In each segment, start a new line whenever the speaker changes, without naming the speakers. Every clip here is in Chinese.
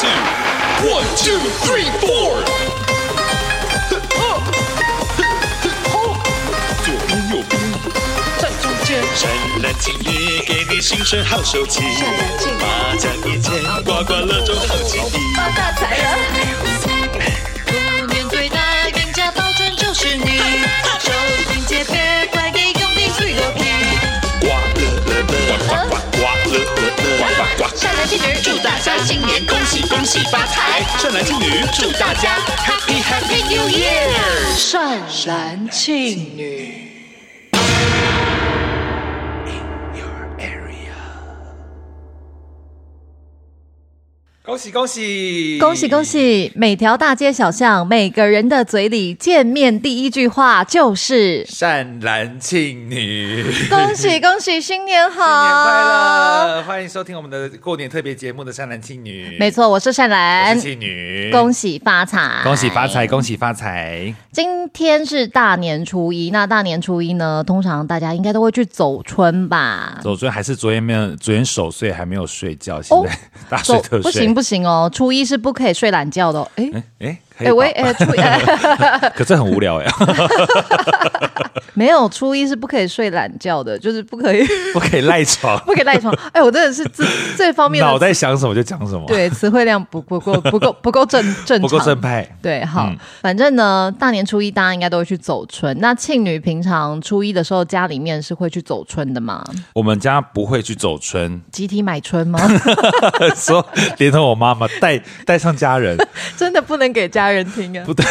two, one, two, three, four。左边右边
站中间，
沾染情欲，给你心生好手气。
沾染情欲
麻将一见，刮刮乐中好气力。
发大财了。不面对待人家保证就是你，手心结别怪给用力去狗屁。
刮乐乐乐，刮刮刮乐乐乐，刮刮刮。
善良天女祝大家新年恭喜恭喜发财，
善男信女，祝大家 Happy Happy New Year！
善男信女。
恭喜恭喜
恭喜恭！喜！每条大街小巷，每个人的嘴里，见面第一句话就是
善男信女，
“
新
恭喜恭喜，新年好，新
年快！乐！欢迎收听我们的过年特别节目的善男信女，
没错，我是善
我
兰
是，信女，
恭
喜
喜发财，
恭喜发财，！恭喜发财！
今天是大年初一，那大年初一呢，通常大家应该都会去走春吧？
走春还是昨天没有，昨天守岁还没有睡觉，现在、 大睡
走
特
哦不
睡，
行不行哦，初一是不可以睡懒觉的、哦。哎
哎哎，可以
哎
吧
喂哎，初一、哎、
可这很无聊哎，
没有初一是不可以睡懒觉的，就是不可以，
不可以赖床
不可以赖 床。哎，我真的是这这方面的
脑袋想什么就讲什么，，
对，词汇量不不够 不够不够正正常，
不够正派。
对，好，
嗯
反正呢，大年初一大家应该都会去走春。那庆女平常初一的时候，家里面是会去走春的吗？
我们家不会去走春，
集体买春吗？
说连同我妈妈带带上家人，
真的不能给家人听啊！
不对。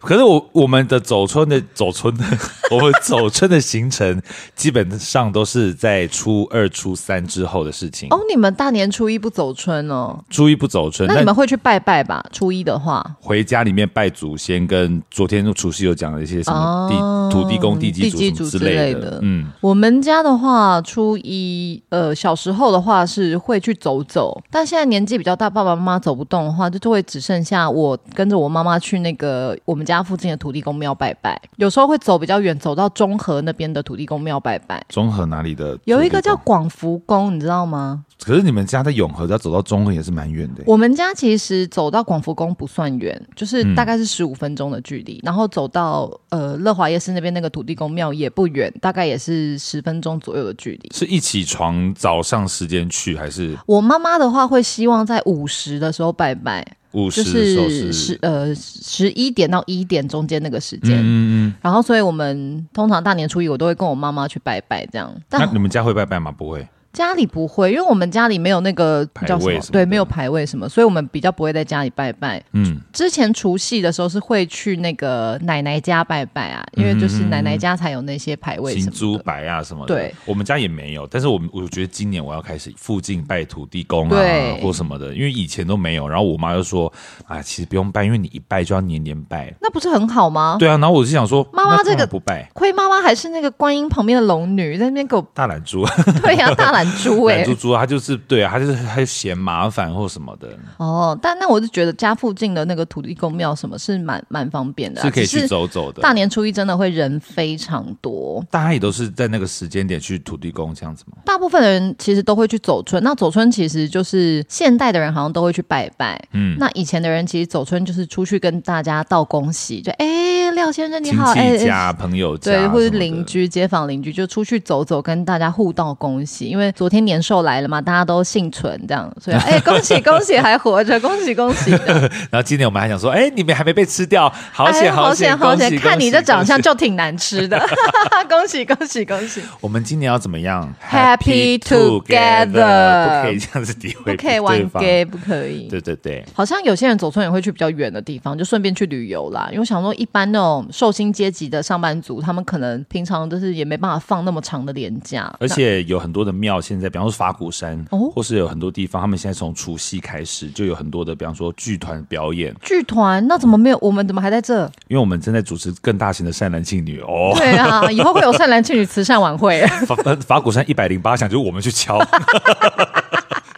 可是我我们的走春的走春的， 我们走春的行程基本上都是在初二、初三之后的事情。
哦，你们大年初一不走春哦？
初一不走春，
那你
但
们会去拜拜吧？初一的话，
回家里面拜祖先，跟昨天除夕有讲了一些什么地、
哦
土地公、地基
地基
主
主
什么之
之
类
类
的。
的
嗯，
我们家的话，初一呃，小时候的话是会去走走，但现在年纪比较大，爸爸妈妈走不动的话，就就会只剩下我跟着我妈妈去那个我们家附近的土地公庙拜拜。有时候会走比较远，走到中和那边的土地公庙拜拜。
中和哪里的土地公？
有一个叫广福宫，你知道吗？
可是你们家在永和，要走到中和也是蛮远的。
我们家其实走到广福宫不算远，就是
嗯
大概是十五分钟的距离，然后走到呃乐华夜市那边那个土地公庙也不远，大概也是十分钟左右的距离。
是一起床早上时间去，还是
我妈妈的话会希望在午时的时候拜拜，
午
就
时的时候
是十呃十一点到一点中间那个时
嗯
间。
嗯嗯。
然后，所以我们通常大年初一我都会跟我妈妈去拜拜，这样。
那
但
你们家会拜拜吗？不会。
家里不会，因为我们家里没有那个
牌位
叫什么
什么的
对，没有牌位什么，所以我们比较不会在家里拜拜。
嗯，
之前除夕的时候是会去那个奶奶家拜拜啊，因为就是奶奶家才有那些牌位什
嗯行
么的。
猪白啊什么的。
对，
我们家也没有，但是我们我觉得今年我要开始附近拜土地公啊
对
或什么的，因为以前都没有。然后我妈就说啊，其实不用拜，因为你一拜就要年年拜。
那不是很好吗？
对啊，然后我就想说，
妈妈
那干嘛
这个
不拜
亏妈妈还是那个观音旁边的龙女，在那边给我
大懒猪，啊
对呀、大懒猪哎、
懒猪猪啊，他就是对啊，他就是他就嫌麻烦或什么的，
哦，但那我就觉得家附近的那个土地公庙什么是蛮蛮方便的啊、
是可以
只
去。走走的。
大年初一真的会人非常多，
大家也都是在那个时间点去土地公这样子吗？
大部分的人其实都会去走春。那走春其实就是现代的人好像都会去拜拜，
嗯
嗯，那以前的人其实走春就是出去跟大家道恭喜，就哎、廖先生你
亲
好，哎、
戚
哎
家、朋友家什
对，
么的，
或者邻居、街坊邻居就出去走走，跟大家互道恭喜。因为昨天年兽来了嘛，大家都幸存这样，所以 哎、恭喜恭喜，还活着，恭喜恭喜。
然后今年我们还想说，哎、你们还没被吃掉，好
哎
险、
呀好
险
好
险！
险！看你这
这
长相就挺难吃的， 恭喜恭喜恭喜！
我们今年要怎么样
Happy
together，
together
不可以这样子诋毁
不可以
对
玩
方。
gay，不可以。
对对对，
好像有些人走村也会去比较远的地方，就顺便去旅游啦。因为我想说，一般那种受薪阶级的上班族，他们可能平常就是也没办法放那么长的年假，
而且有很多的庙现在，比方说法鼓山，
哦
或是有很多地方，他们现在从除夕开始就有很多的，比方说剧团表演，
剧团那怎么没有？我们怎么还在这？
因为我们正在主持更大型的善男信女 哦。
对啊，以后会有善男信女慈善晚会。
法法鼓山一百零八响，就是我们去敲。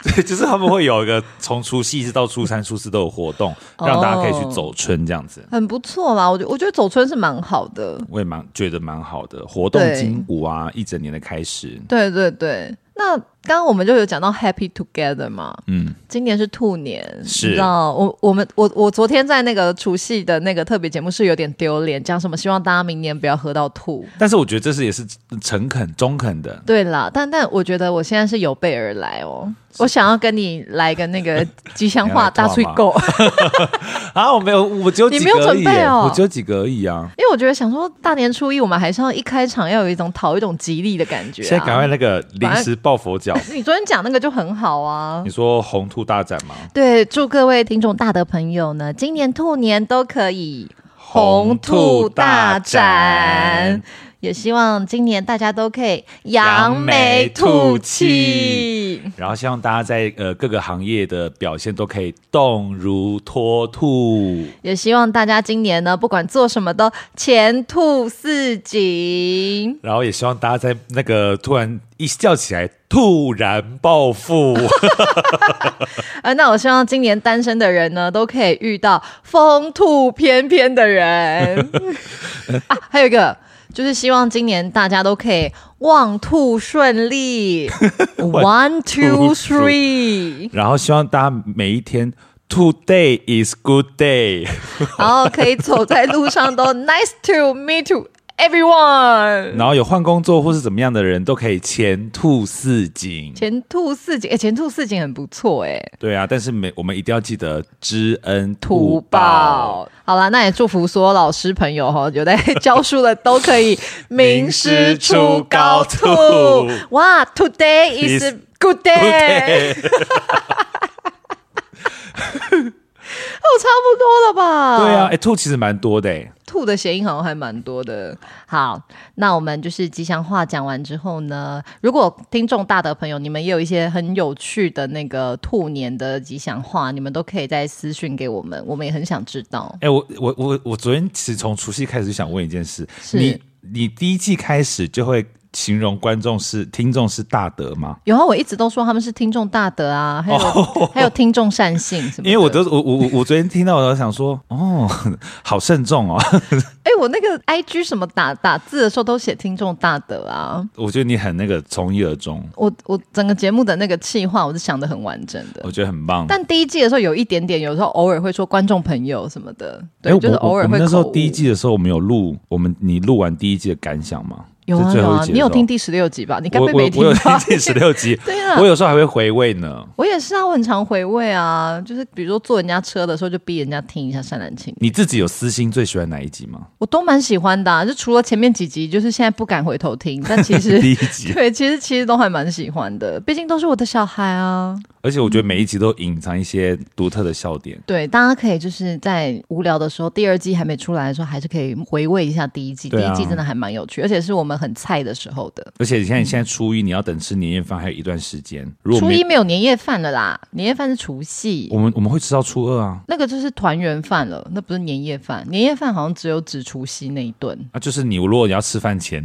对，就是他们会有一个从除夕一直到初三、初四都有活动，让大家可以去
哦
走春这样子。
很不错啦，我觉我觉得走村是蛮好的。
我也蛮觉得蛮好的，活动
对
筋骨啊，一整年的开始。
对对对，那刚刚我们就有讲到 Happy Together 嘛，
嗯，
今年是兔年，
是
你知道我我们我我昨天在那个除夕的那个特别节目是有点丢脸，讲什么希望大家明年不要喝到吐。
但是我觉得这是也是诚恳、中肯的。
对啦，但但我觉得我现在是有备而来哦，我想要跟你来个那 个吉祥
你要
话
来
大
挂
吹
吗
狗，
啊，我没有，我只有
你
几
没有
个而
准
已
备
耶，
哦
我只有几个而已啊。
因为我觉得想说大年初一我们还是要一开场要有一种讨一种吉利的感觉、啊。
现在赶快那个临时抱佛 脚，
你昨天讲那个就很好啊
你。说红兔大展吗？
对，祝各位听众大的朋友呢，今年兔年都可以
红兔大展，
也希望今年大家都可以扬
扬
眉
眉
吐
吐
气
气。然后希望大家在呃各个行业的表现都可以动如脱兔。
也希望大家今年呢，不管做什么都前兔似锦。
然后也希望大家在那个突然一叫起来，突然暴 富。
呃，那我希望今年单身的人呢，都可以遇到风兔翩翩的 人啊。还有一个就是希望今年大家都可以望兔顺 利，one two
two,
three，
然后希望大家每一天，Today is good day。
然后可以走在路上都 nice to meet you everyone。
然后有换工作或是怎么样的人都可以前兔似锦。
前兔似锦，哎、前兔似锦很不错哎、
对啊，但是每我们一定要记得知恩
图
图报。
报。好啦，那也祝福所有老师朋友哈， 有在教书的都可以名师出高徒
名师出高。
哇，Today is
Is
a good day，
对
我哦差不多了吧？
对啊，哎、，兔其实蛮多的、欸，
兔的谐音好像还蛮多的。好，那我们就是吉祥话讲完之后呢，如果听众大的朋友，你们也有一些很有趣的那个兔年的吉祥话，你们都可以再私讯给我们，我们也很想知道
哎、。我我我我昨天其实从除夕开始就想问一件事，
是
你你第一季开始就会形容观众是听众是大德吗？
有啊，我一直都说他们是听众大德啊，还有、 还有听众善信什么的。
哦因为我都我我我我昨天听到我都想说，哦， 好慎重哦，
哎、我那个 I G 什么打打字的时候都写听众大德啊。
我觉得你很那个从一而终，
我我整个节目的那个气话，我是想的很完整的
我。觉得很棒。
但第一季的时候有一点点，有时候偶尔会说观众朋友什么的，对，
哎我
就是偶尔会
我们
口误。
那时候第一季的时候，我们有录，我们你录完第一季的感想吗？
有
就
啊
最
有
后一
啊，
集的
你有
时候
听第十六集吧？你根
我
本
我
没听
我有听
吧？
第十六集，
对啊
我有时候还会回味呢。
我也是啊，我很常回味啊，就是比如说坐人家车的时候，就逼人家听一下《善男情》，
你自己有私心最喜欢哪一集吗？
我都蛮喜欢的、啊。就除了前面几集，就是现在不敢回头听，但其实
第一集，
对，其实其实都还蛮喜欢的，毕竟都是我的小孩啊。
而且我觉得每一集都隐藏一些独特的笑点。
对，大家可以就是在无聊的时候，第二季还没出来的时候，还是可以回味一下第一季。第
对
一
啊
季真的还蛮有趣，而且是我们很菜的时候的。
而且你看，你现在初一，你要等吃年夜饭还有一段时间。如果
嗯初
没
一没有年夜饭了啦，年夜饭是除夕
我，们我们会吃到初二啊，
那个就是团圆饭了，那不是年夜饭。年夜饭好像只有指除夕那一顿。
啊，就是你如果你要吃 饭前，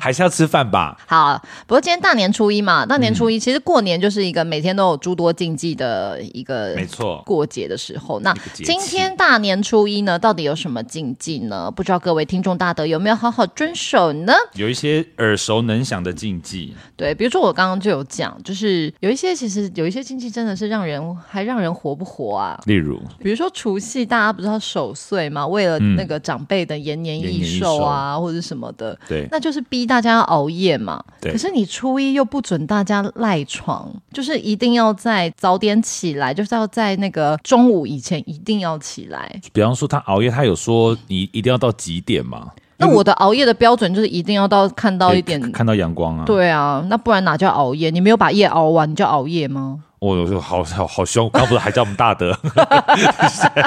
还是要吃饭吧。
好，不过今天大年初一嘛，大年初
嗯
一、其实过年就是一个每天都有诸多禁忌的一个
没错
过节的时候。那
个节气
今天大年初一呢，到底有什么禁忌呢？不知道各位听众大德有没有好好遵守呢？
有一些耳熟能详的禁忌，
对，比如说我刚刚就有讲，就是有一些其实有一些禁忌真的是让人还让人活不活啊。
例如
比如说除夕，大家不是要守岁嘛？为了
嗯
那个长辈的延年益寿啊，或者什么的，
对
那就是逼大家要熬夜嘛。
对
可是你初一又不准大家赖床，就是一定要在早点起来，就是要在那个中午以前一定要起来。
比方说他熬夜，他有说你一定要到几点嘛？
那我的熬夜的标准就是一定要到看哦到一点
可以，看到阳光啊。，
对啊，那不然哪叫熬夜？你没有把夜熬完，你叫熬夜吗？
我我就好好好凶，刚不是还叫我们大德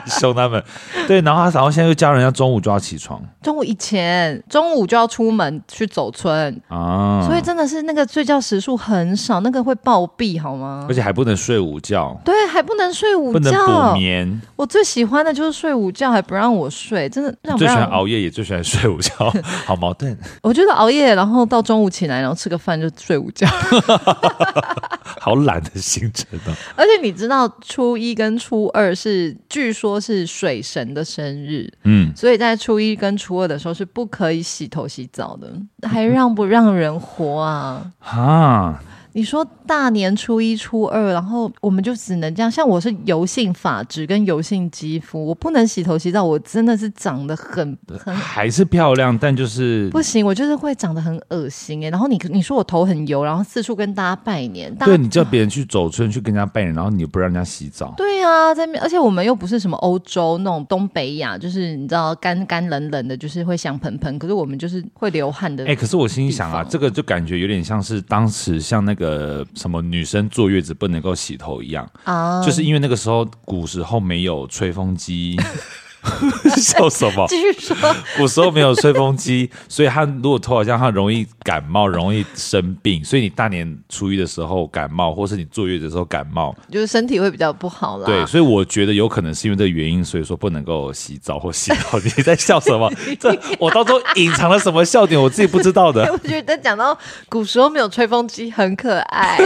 凶他们？对，然后他然后现在又叫人家中午就要起床
中午以前，中午就要出门去走村，
啊，
所以真的是那个睡觉时数很少，那个会暴毙好吗
而？且还不能睡午觉，
对，还不能睡午
不能
觉
补。眠。
我最喜欢的就是睡午觉，还不让我睡，真的让不
最喜欢
让？
熬夜，也最喜欢睡午觉， 好矛盾，
我觉得熬夜，然后到中午起来，然后吃个饭就睡午觉。
好懒的行程啊！
而且你知道，初一跟初二是据说是水神的生日，
嗯，
所以在初一跟初二的时候是不可以洗头洗澡的，还让不让人活啊？
哈，
你说大年初一、初二，然后我们就只能这样。像我是油性发质跟油性肌肤，我不能洗头洗澡，我真的是长得很很
还是漂亮，但就是
不行，我就是会长得很恶心哎、然后你你说我头很油，然后四处跟大家拜年，大
对你叫别人去走村去跟人家拜年，然后你不让人家洗澡，
对啊，在面，而且我们又不是什么欧洲那种东北亚，就是你知道干干冷冷的，就是会香喷喷，可是我们就是会流汗的。
哎、可是我心里想啊
地，方
这个就感觉有点像是当时像那个什么女生坐月子不能够洗头一样，
啊，
就是因为那个时候古时候没有吹风 机，,笑什么？
继续说，
古时候没有吹风机，所以他如果头好像他容易感冒，容易生病，所以你大年初一的时候感冒，或是你坐月子的时候感冒，
就是身体会比较不好啦。
对，所以我觉得有可能是因为这个原因，所以说不能够洗澡或洗头。你在笑什么？ 这我当中隐藏了什么笑点，我自己不知道的。
我觉得讲到古时候没有吹风机很可 爱，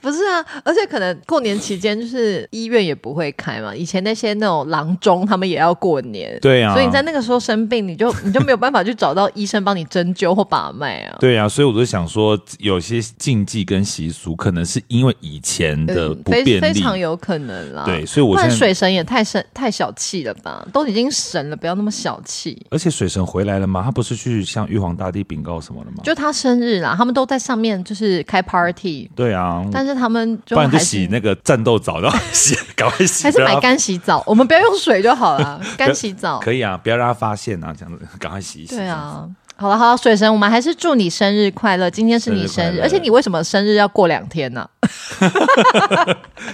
不是啊？而且可能过年期间就是医院也不会开嘛，以前那些那种郎中他们也要过年，
对啊
所以你在那个时候生病，你就 你就没有办法去找到医生帮你针灸或把脉啊。
对啊，所以我就想说，有些禁忌跟习俗，可能是因为以前的
嗯
不
非
便
非
利。
常有可能啦。
对所以我
不然
现在
水神也太神太小气了吧？都已经神了，不要那么小气。
而且水神回来了吗？他不是去向玉皇大帝禀告什么了吗？
就他生日啦，他们都在上面就是开 party，
对啊，
但是他们就
不然
还
就是洗那个战斗澡，然后 洗，赶快洗，
还是
不要
买
让
干洗澡，我们不要用水就好 了，
它
干洗澡。
可以啊，不要让他发现啊，这样子赶快洗一洗。
对，啊。好了好了，水神，我们还是祝你生日快乐。今天是你
生日
生
快
日，
乐
而且你为什么生日要过两天呢、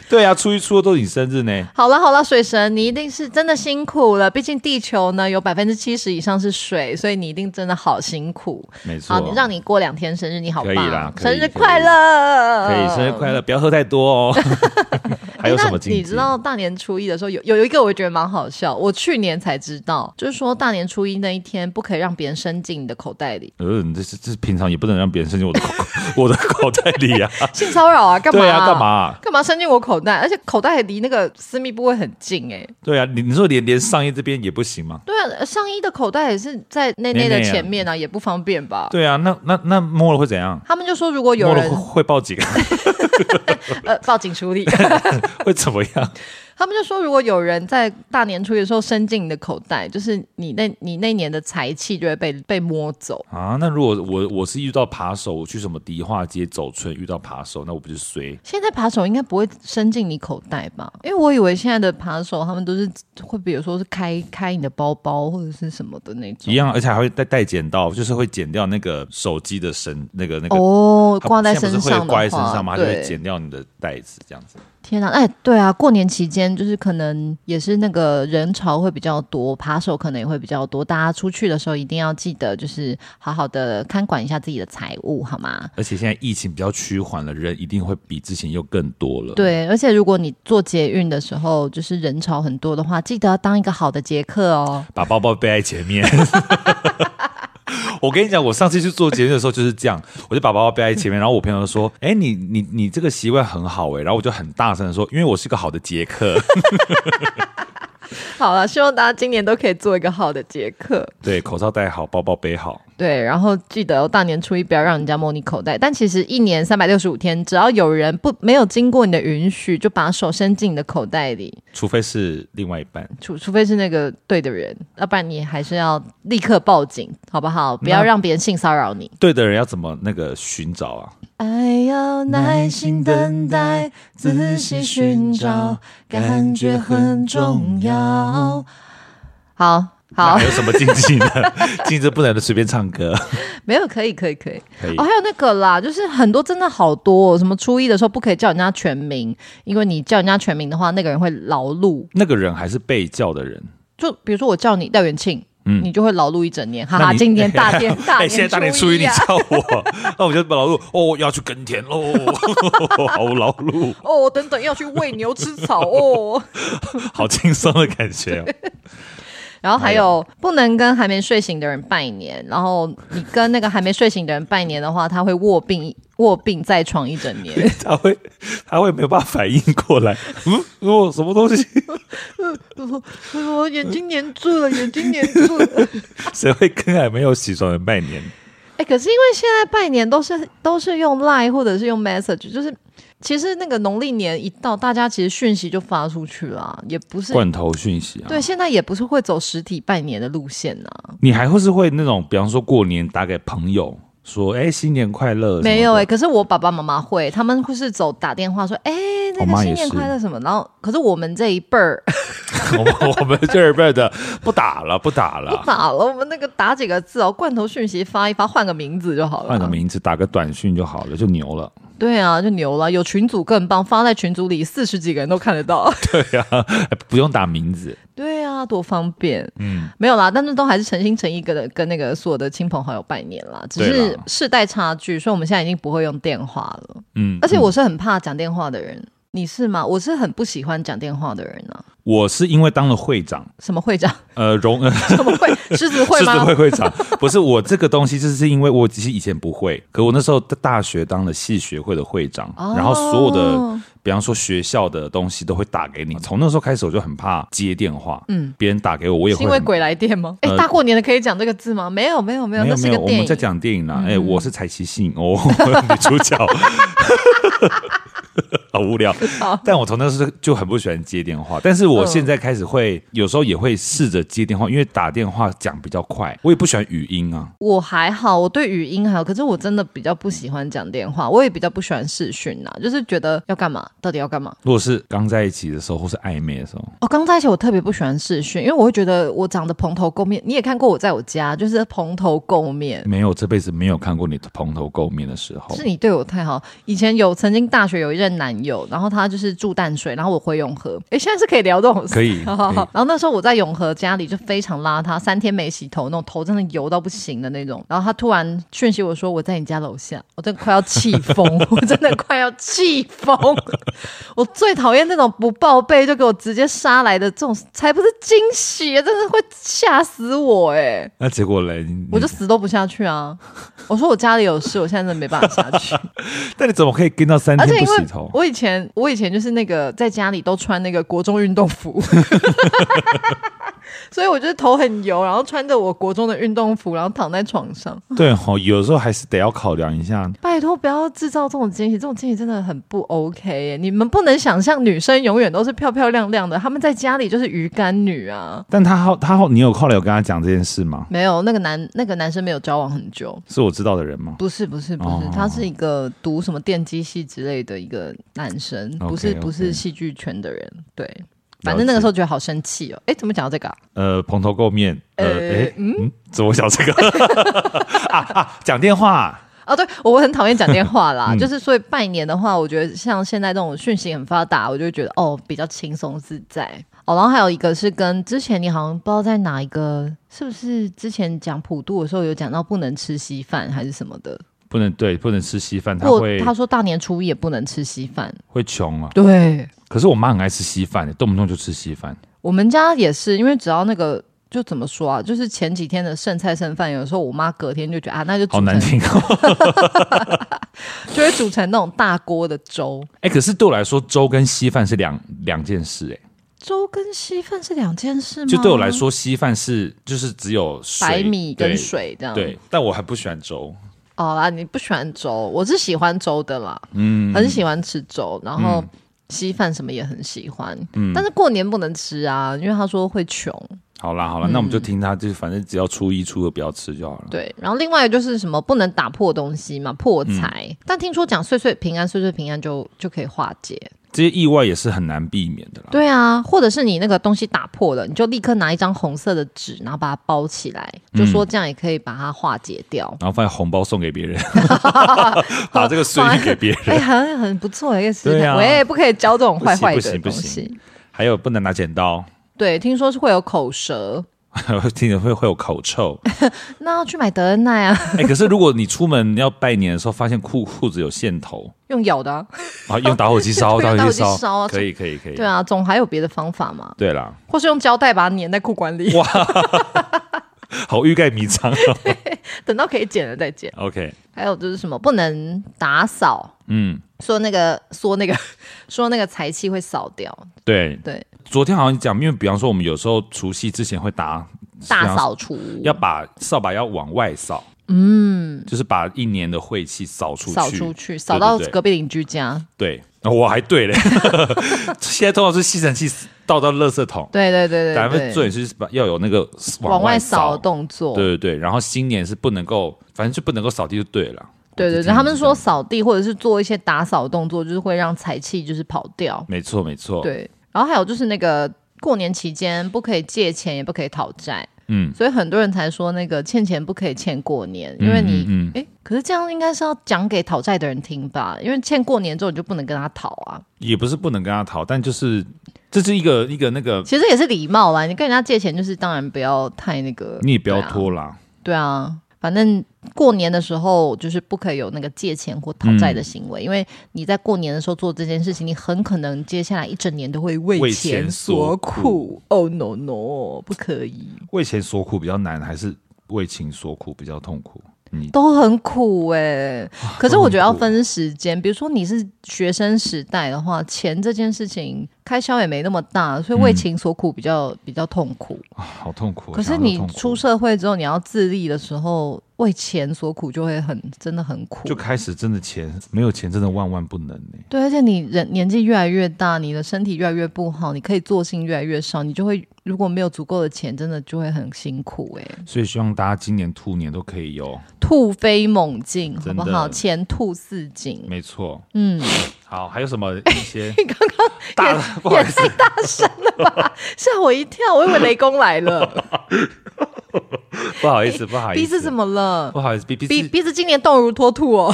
对啊，初一初二都是你生日呢。
好了好了，水神，你一定是真的辛苦了。毕竟地球呢有百分之七十以上是水，所以你一定真的好辛苦。
没错
好，你让你过两天生日，你好棒！
可以啦可
生
以
日快乐！
可以，生日快乐！不要喝太多 哦。还有什么禁
呃
忌？
哎那你知道大年初一的时候有有一个我觉得蛮好笑，我去年才知道，就是说大年初一那一天不可以让别人伸进你的口袋里，
呃，你这是这是平常也不能让别人伸进我的口 我的口袋里啊。
性骚扰啊， 干嘛、
对啊，干嘛、？啊？
干嘛伸进我口袋？而且口袋离那个私密部位很近哎、
对啊，你你说连连上衣这边也不行吗？
对啊，上衣的口袋也是在内内
内
的
内啊
前面啊，也不方便吧？
对啊，那那那摸了会怎样？
他们就说，如果有
摸了
人
会会报警，
呃报警处理，
会怎么样？
他们就说，如果有人在大年初一的时候伸进你的口袋，就是你那你那年的财气就会被被摸走。
啊，那如果我我是遇到扒手，我去什么迪化街走村遇到扒手，那我不就衰？
现在扒手应该不会伸进你口袋吧？因为我以为现在的扒手他们都是会，比如说是开开你的包包或者是什么的那
一
种。
样，啊而且还会带带剪刀，就是会剪掉那个手机的绳，那个那个。
哦，
它
挂在
现
身
不是会
上的话，
挂在身上吗？它就会
对
剪掉你的袋子，这样子。
天哪、哎，对啊，过年期间就是可能也是那个人潮会比较多，扒手可能也会比较多，大家出去的时候一定要记得就是好好的看管一下自己的财物，好吗？
而且现在疫情比较趋缓了，人一定会比之前又更多了。，
对，而且如果你坐捷运的时候就是人潮很多的话，记得要当一个好的捷克哦。
把包包背在前面。 我跟你讲，我上次去做节目的时候就是这样，我就把包包背在前面，然后我朋友就说：“哎、你你你这个习惯很好哎、然后我就很大声的说：“因为我是个好的杰克。
好了，希望大家今年都可以做一个好的捷克。
对，口罩戴好，包包背好。
对，然后记得哦大年初一不要让人家摸你口袋。但其实一年三百六十五天，只要有人不没有经过你的允许，就把手伸进你的口袋里，
除非是另外一半，
除除非是那个对的人，要不然你还是要立刻报警，好不好？不要让别人性骚扰你。
对的人要怎么那个寻找啊？
爱要耐心等待，仔细寻找，感觉很重要。好
那
好
还，有什么禁忌呢？ 禁忌不能随便唱歌，
没有可以可以可以。
可以
哦，还有那个啦，就是很多真的好多、哦，什么初一的时候不可以叫人家全名，因为你叫人家全名的话，那个人会劳碌。
那个人还是被叫的人。
就比如说我叫你廖元庆，
嗯
你就会劳碌一整年，哈
那
哈，
你
今年大天大
哎、
年
现在大年初一你
啊
叫我，那我就把劳碌哦，要去耕田喽， 好劳碌，
哦，等等要去喂牛吃草哦。
好轻松的感觉 哦。
然后还
哎
有不能跟还没睡醒的人拜年，然后你跟那个还没睡醒的人拜年的话，他会卧病卧病在床一整 年。
他会，他会没有办法反应过来，嗯，哦，什么东西？
就说哎呦眼睛黏住了，眼睛黏住了。
谁会跟还没有洗澡的人拜年？
哎、哎、可是因为现在拜年都是都是用 Line 或者是用 Message，就是其实那个农历年一到，大家其实讯息就发出去了，啊也不是
罐头讯息啊。
对，，现在也不是会走实体拜年的路线啊呐、
你还会是会那种，比方说过年打给朋友说，哎，新年快乐什么的。
没有哎、可是我爸爸妈妈会，他们会是走打电话说，哎、那
我
个
妈
新
也
年
是
快乐什么，然后可是我们这一辈儿
我们我们这儿辈的不打了，不打
不
了，
打了，我们那个打几个字哦，罐头讯息发一发，换个名字就好了，
换个，名字，打个短讯就好了，就牛了。
对啊，就牛了，有群组更棒，发在群组里四十几个人都看得到。
对呀、哎不用打名字。
对啊，多方便。嗯，没有啦，但是都还是诚心诚意跟跟那个所有的亲朋好友拜年啦，只
对
是
啦
世代差距，所以我们现在已经不会用电话了。
嗯，
而且
嗯
我是很怕讲电话的人，你是吗？我是很不喜欢讲电话的人啊。
我是因为当了会长，
什么会 长？
呃，荣呃
什么会？狮子会
狮子
吗？
会会长，不是我这个东西，就是因为我其实以前不会，可我那时候在大学当了系学会的会长，
哦
然后所有的，比方说学校的东西都会打给你。从那时候开始，我就很怕接电话，嗯，别人打给我，我也
是
会
因为
很
鬼来电吗？哎、
呃
大过年的可以讲这个字吗？没有，没有，没有，
没
那
有
是
没
一个
有，我
电
们
影。嗯
在讲电影啦。哎，我是柴崎幸哦， 女主角， 好无聊。但我从那时候就很不喜欢接电话，但是我现在开始会，有时候也会试着接电话，因为打电话讲比较快，我也不喜欢语音啊。
我还好，我对语音还好，可是我真的比较不喜欢讲电话，我也比较不喜欢视讯啊，就是觉得要干嘛，到底要干嘛？
如果是刚在一起的时候，或是暧昧的时候，
哦，刚在一起我特别不喜欢视讯，因为我会觉得我长得蓬头垢面。你也看过我在我家，就是蓬头垢面。
没有这辈子没有看过你蓬头垢面的时候
是。你对我太好。以前有曾经大学有一任男友，然后他就是住淡水，然后我回永和。诶，现在是可以聊这种事。
可以
好好
可
好。然后那时候我在永和家里就非常邋遢，三天没洗头，那种头真的油到不行的那种。然后他突然讯息我说我在你家楼下，我真的快要气疯， 我真的快要气疯。我最讨厌那种不报备就给我直接杀来的这种，才不是惊喜，真的会吓死我哎、
那结果嘞，你
我就死都不下去啊！我说我家里有事，我现在真的没办法下去。
但你怎么可以跟到三
而且
天
因
不
为
洗头？
我以前我以前就是那个在家里都穿那个国中运动服， 所以我就是头很油，然后穿着我国中的运动服，然后躺在床上。
对哦，有时候还是得要考量一下。
拜托不要制造这种惊喜，这种惊喜真的很不 OK 耶！你们不能想象女生永远都是漂漂亮亮的，她们在家里就是鱼干女啊。
但他后他后，你有后来有跟他讲这件事吗？
没有那个男那个男生没有交往很久，
是我知道的人吗？
不是不是不是，
哦
他是一个读什么电机系之类的一个男生，
OK，
不是不
OK
是戏剧圈的人。对，反正那个时候觉得好生气哦。哎，怎么讲到这个、啊？
呃，蓬头垢面，呃，
呃
诶嗯，怎么想这个 啊啊？讲电话，
哦，对，我很讨厌讲电话
嗯
啦，就是所以拜年的话，我觉得像现在这种讯息很发达，我就会觉得哦比较轻松自在。哦，然后还有一个是跟之前你好像不知道在哪一个，是不是之前讲普渡的时候有讲到不能吃稀饭还是什么的？
不能对，不能吃稀饭，他
或
会
他说大年初一也不能吃稀饭。
会穷啊。
对，
可是我妈很爱吃稀饭，动不动就吃稀饭。
我们家也是，因为只要那个就怎么说啊，就是前几天的剩菜剩饭，有时候我妈隔天就觉得啊，那就煮
好难
成
听 哦！
就会煮成那种大锅的粥。
哎、可是对我来说，粥跟稀饭是两两件事、哎，
粥跟稀饭是两件事吗？
就对我来，说，稀饭是就是只有水嗯
白米跟
对
水这样。
对，但我很不喜欢粥。
哦啦，你不喜欢粥，我是喜欢粥的啦，嗯，很喜欢吃粥，然
嗯
后稀饭什么也很喜欢，但是过年不能吃啊，因为他说会穷。
好啦好啦，那我们就听他，就是反正只要初一初二不要吃就好了。
对，然后另外就是什么不能打破东西嘛，破财。
嗯
但听说讲岁岁平安，岁岁平安就就可以化解。
这些意外也是很难避免的啦。
对啊，或者是你那个东西打破了，你就立刻拿一张红色的纸，然后把它包起来，
嗯
就说这样也可以把它化解掉。
然后发现红包送给 别人， 把这个碎运给别 人。
哎、好像很不错一个食
对
材，
啊
喂、不可以教这种坏坏
不
的
行不
东
行不行
西。
还有不能拿剪刀，
对，听说是会有口舌，
听着会会有口臭。
那要去买德恩奈啊，
哎、可是如果你出门要拜年的时候，发现裤裤子有线头，
用咬的啊、
啊，用打火机 烧，
对用
火
打火机烧啊
可以可以可以。
对啊，总还有别的方法嘛，
对啦，
或是用胶带把它粘在裤管里，
好欲盖弥彰、 哦。
等到可以剪了再剪。
OK，
还有就是什么不能打扫，
嗯，
说那个说那个 说那个财气会扫掉，
对。
对，
昨天好像讲，因为比方说我们有时候除夕之前会打
大，
比方
扫除
要把扫把要往外扫，嗯，就是把一年的晦气扫出去，
扫出去，扫
对
到
对对
隔壁邻居家。
对，哦我还对嘞。 现在通常是吸尘器倒到垃圾桶，
对对对
咱们
对对，
准是把要有那个
往
外
外扫的动作。
对对对，然后新年是不能够，反正就不能够扫地就对了。
对对
我就
对，
听
他们
你这
说，
样
扫地或者是做一些打扫动作，就是会让财气就是跑掉。
没错没错，，
对，然后还有就是那个过年期间不可以借钱，也不可以讨债，
嗯，
所以很多人才说那个欠钱不可以欠过年，因为你
嗯嗯
哎、可是这样应该是要讲给讨债的人听吧？因为欠过年之后你就不能跟他讨啊，
也不是不能跟他讨，但就是这是一个一个那个，
其实也是礼貌啊啦。你跟人家借钱，就是当然不要太那个，
你也不要
对啊
拖啦。
对啊，反正过年的时候就是不可以有那个借钱或讨债的行为，
嗯
因为你在过年的时候做这件事情，你很可能接下来一整年都会为
为
钱
钱所
苦。Oh no no，不可以，
为钱所苦比较难，还是为情所苦比较痛苦？你
都很苦哎、可是
都很
我觉得要
苦
分时间，比如说你是学生时代的话，钱这件事情开销也没那么大，所以为情所苦比较、比较痛苦。
啊好痛苦哦。
可是
嗯想到都
你
痛苦
出社会之后，你要自立的时候，为钱所苦就会很真的很苦，
就开始真的钱没有钱真的万万不能呢、
对，而且你人年纪越来越大，你的身体越来越不好，你可以做性越来越少，你就会如果没有足够的钱，真的就会很辛苦哎、
所以希望大家今年兔年都可以有，
突飞猛进，好
真
不
的
好？前兔似锦，
没错。
嗯，
好，还有什么一 些
你刚刚
大
也
的？不好意思，
吓我一跳，我以为雷公来了，
不好意思，不好意思，
鼻子怎么了
不？好意思，鼻鼻
鼻
涕
鼻子今年动如脱兔 哦，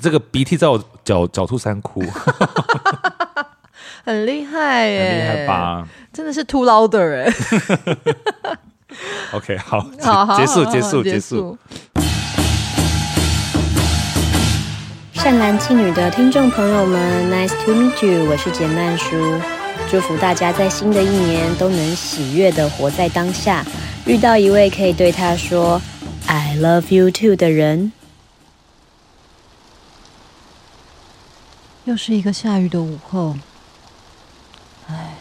这个鼻涕在我狡狡兔三 窟，很
很厉害耶、
厉害？吧
真的是 two louder 哎、
？OK，好，
好好
结
好
束，
好
结
好
束，
结
结束。。
善男信女的听众朋友们，Nice to meet you，我是简曼书，祝福大家在新的一年都能喜悦的活在当下，遇到一位可以对他说 “I love you too” 的人。
又是一个下雨的午后，唉，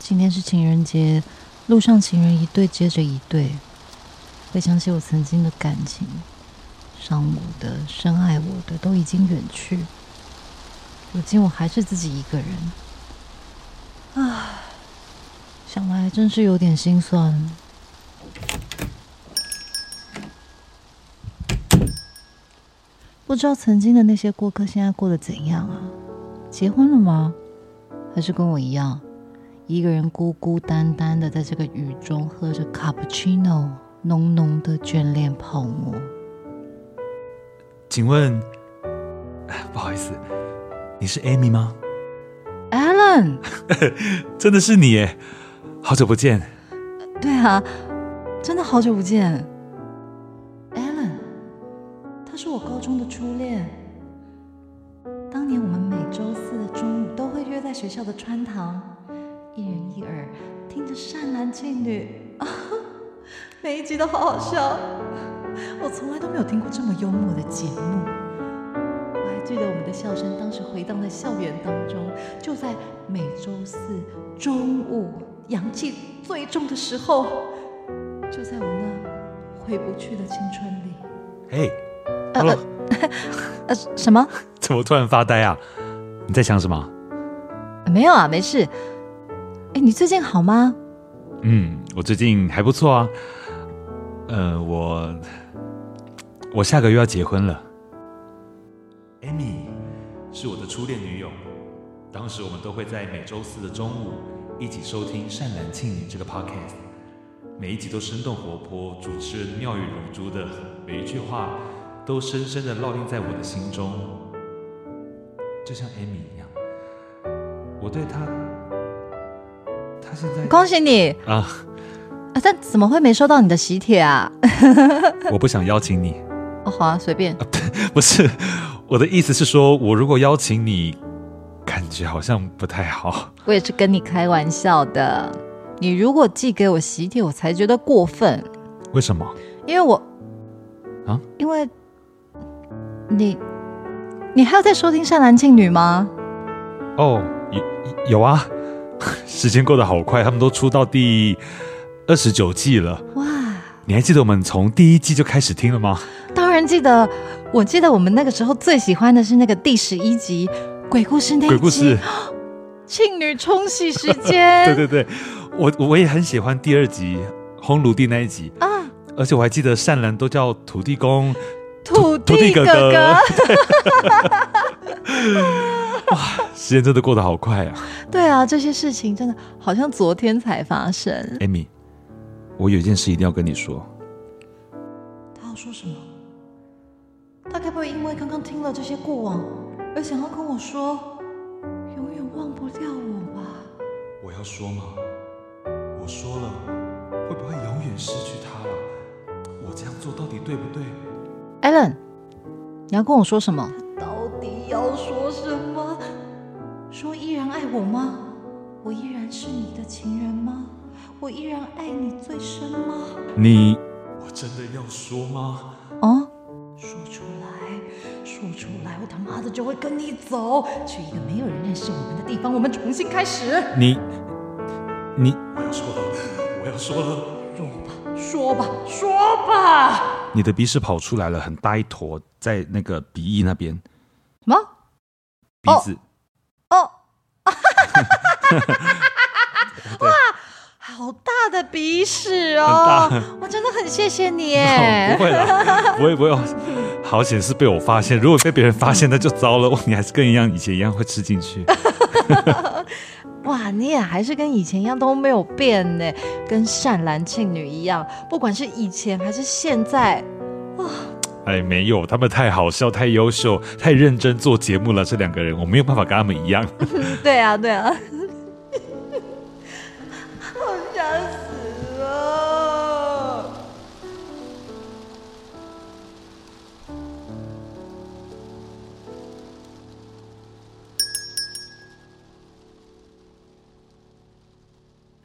今天是情人节，路上情人一对接着一对，回想起我曾经的感情，伤我的、深爱我的都已经远去，如今我还是自己一个人，唉，想来真是有点心酸。不知道曾经的那些过客现在过得怎样啊？结婚了吗？还是跟我一样，一个人孤孤单单的在这个雨中喝着卡布奇诺，浓浓的眷恋泡沫。
请问，哎不好意思，你是 Amy 吗？
Alan，
真的是你耶，好久不见。
对啊，真的好久不见。Alan，他是我高中的初恋。当年我们每周四的中午都会约在学校的穿堂，一人一耳听着善男信女， 啊，每一集都好好笑。我从来都没有听过这么幽默的节目。我还记得我们的笑声当时回荡在校园当中，就在每周四中午阳气最重的时候，就在我那回不去的青春里。
哎，Hello，
呃， 什么？
怎么突然发呆啊？你在想什么？
没有啊，没事。哎，你最近好吗？
嗯，我最近还不错啊。呃，我我下个月要结婚了。Amy 是我的初恋女友，当时我们都会在每周四的中午一起收听《善男信女》这个 podcast，每一集都生动活泼，主持人妙语如珠的，每一句话都深深的烙印在我的心中，就像 Amy 一样，我对她，她现在
恭喜你！
啊。
啊但怎么会没收到你的喜帖啊？
我不想邀请你，
哦，好啊，随便。
不是我的意思是说，我如果邀请你，感觉好像不太好。
我也是跟你开玩笑的。你如果寄给我喜帖，我才觉得过分，
为什么？
因为我
啊，
因为你，你还有在收听《善男信女》吗？
哦，有有啊， 时间过得好快，他们都出到第二十九季了。
哇，
你还记得我们从第一季就开始听了吗？
当然记得，我记得我们那个时候最喜欢的是那个第十一集鬼故事那一集，
鬼故事，
庆女冲洗时间，
对对对，我我也很喜欢第二集烘炉地那一集，
啊，
而且我还记得善兰都叫土地公，
土
土地
地
哥
哥
哥
哥，
时间真的过得好快啊
对啊，这些事情真的好像昨天才发生。
，Amy，我有一件事一定要跟你说，
他要说什么？他该不会因为刚刚听了这些过往，而想要跟我说永远忘不掉我吧？
我要说吗？我说了，会不会永远失去他了？我这样做到底对不对？
Allen，你要跟我说什么？
到底要说什么？说依然爱我吗？我依然是你的情人吗？我依然爱你最深吗？
你
我真的要说吗？
哦，
说出来，说出来，我他妈的就会跟你走，去一个没有人认识我们的地方，我们重新开始。
你你
我要说了，我要说了，
说吧，说吧。
你的鼻屎跑出来了，很大一坨在那个鼻翼那边，
什么？
鼻子。
哦，哇，好大的鼻屎哦！我真的很谢谢你
哦，
耶
不。会啦，不会不会，好险是被我发现，如果被别人发现那就糟了，哇你还是跟一样以前一样会吃进去。
哇，你也还是跟以前一样都没有变呢，跟善兰庆女一样，不管是以前还是现在，
哎，没有，他们太好笑、太优秀、太认真做节目了，这两个人我没有办法跟他们一样。
对啊，对啊。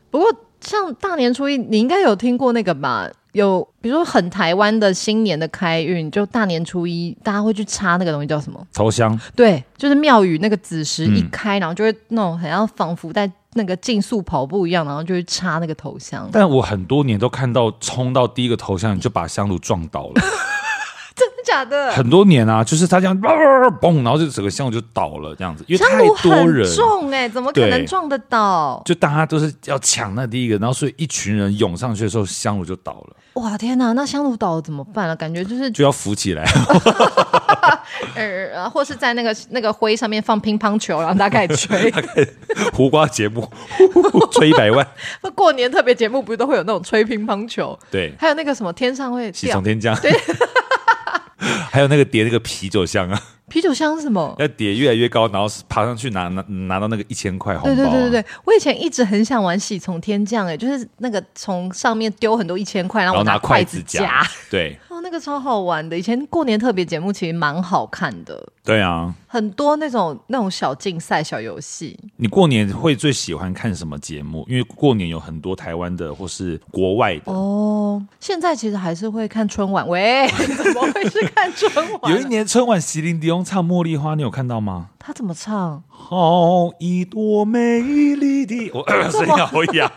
不过，像大年初一，你应该有听过那个吧？有，比如说很台湾的新年的开运，就大年初一，大家会去插那个东西叫什么？
超香，
对，就是庙宇那个子时一
嗯
开，然后就会那种好像仿佛在那个竞速跑步一样，然后就会插那个头香。
但我很多年都看到冲到第一个头像你就把香炉撞倒了，
真的假的？
很多年啊，就是他这样嘣，然后就整个香炉就倒了这样子，因为
香
太
炉
多
很
人。
重哎、怎么可
对
能撞得到？
就大家都是要抢那第一个，然后所以一群人涌上去的时候，香炉就倒了，
哇天哪，那香炉倒了怎么办啊？感觉就是
就要扶起来。
呃，或是在那个那个灰上面放乒乓球，然后大概 吹。
胡瓜节目吹一百 万，
那过年特别节目不是都会有那种吹乒乓球？
对，
还有那个什么天上会
喜
掉
从天降。对， 还有那个叠那个啤酒箱啊，
啤酒香是什么？
要叠越来越高，然后爬上去拿拿拿到那个一千块红包、
对
啊。
对对对对，我以前一直很想玩喜从天降、哎，就是那个从上面丢很多一千块，然
然
后
后
我
拿
筷
筷
子
子
夹。
夹。对
哦，那个超好玩的。以前过年特别节目其实蛮好看的，
对啊，
很多那种那种小竞赛、小游戏。
你过年会最喜欢看什么节目？因为过年有很多台湾的或是国外的。
哦，现在其实还是会看春晚。 喂，怎么会是看春晚？啊
有一年春晚，席琳迪翁唱《茉莉花》，你有看到吗？
他怎么唱？
好一朵美丽的， 我咳
这
声
么
好哑，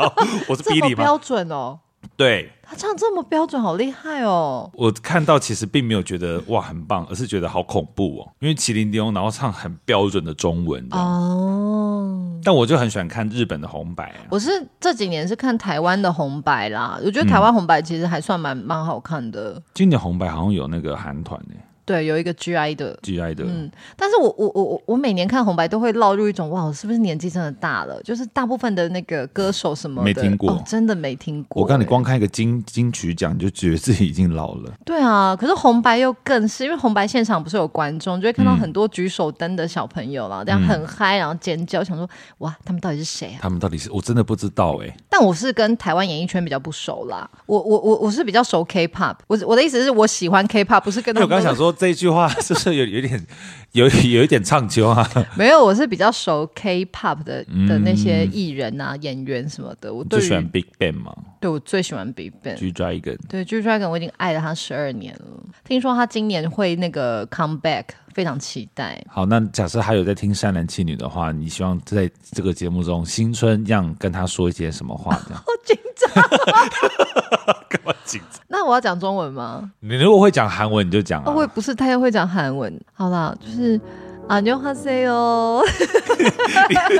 我是
这
比
么
利吗
标？准哦，
对，
他唱这么标准，好厉害哦！
我看到其实并没有觉得哇很棒，而是觉得好恐怖哦，因为麒麟丢，然后唱很标准的中文的，
哦。
但我就很喜欢看日本的红白啊。
我是这几年是看台湾的红白啦，我觉得台湾红白其实还算蛮蛮好看的。
今年红白好像有那个韩团呢
对，有一个 GI 的，
，GI 的，
嗯，但是我我我我我每年看红白都会落入一种哇，我是不是年纪真的大了？就是大部分的那个歌手什么的
没听过
哦真的没听过。
我告诉你，
欸
光看一个金金曲奖你就觉得自己已经老了。
对啊，可是红白又更是，因为红白现场不是有观众，就会看
嗯
到很多举手灯的小朋友啦，这样很嗨，然后尖叫，想说哇，他们到底是谁啊？
他们到底是我真的不知道哎、
但我是跟台湾演艺圈比较不熟啦，我我我我是比较熟 K-pop，我我的意思是我喜欢 K-pop，不是跟
那
他
我
们
刚想说这一句话 是不是有有点有有一点唱秋啊？
没有，我是比较熟 K-pop 的的那些艺人啊、演员什么的，我
就
对
嗯喜欢
于
Big Bang 嘛
对我最喜欢 BigBang。
，G Dragon。
对，G Dragon 我已经爱了他十二年了。听说他今年会那个 come back，非常期 待。
好，那假设还有在听善男信女的话，你希望在这个节目中，新春让跟他说一些什么话？这样
好紧张，
紧张。
那我要讲中文吗？
你如果会讲韩文，你就讲啊
哦，我也不是太会讲韩文。好啦，就是啊，牛哈塞哦，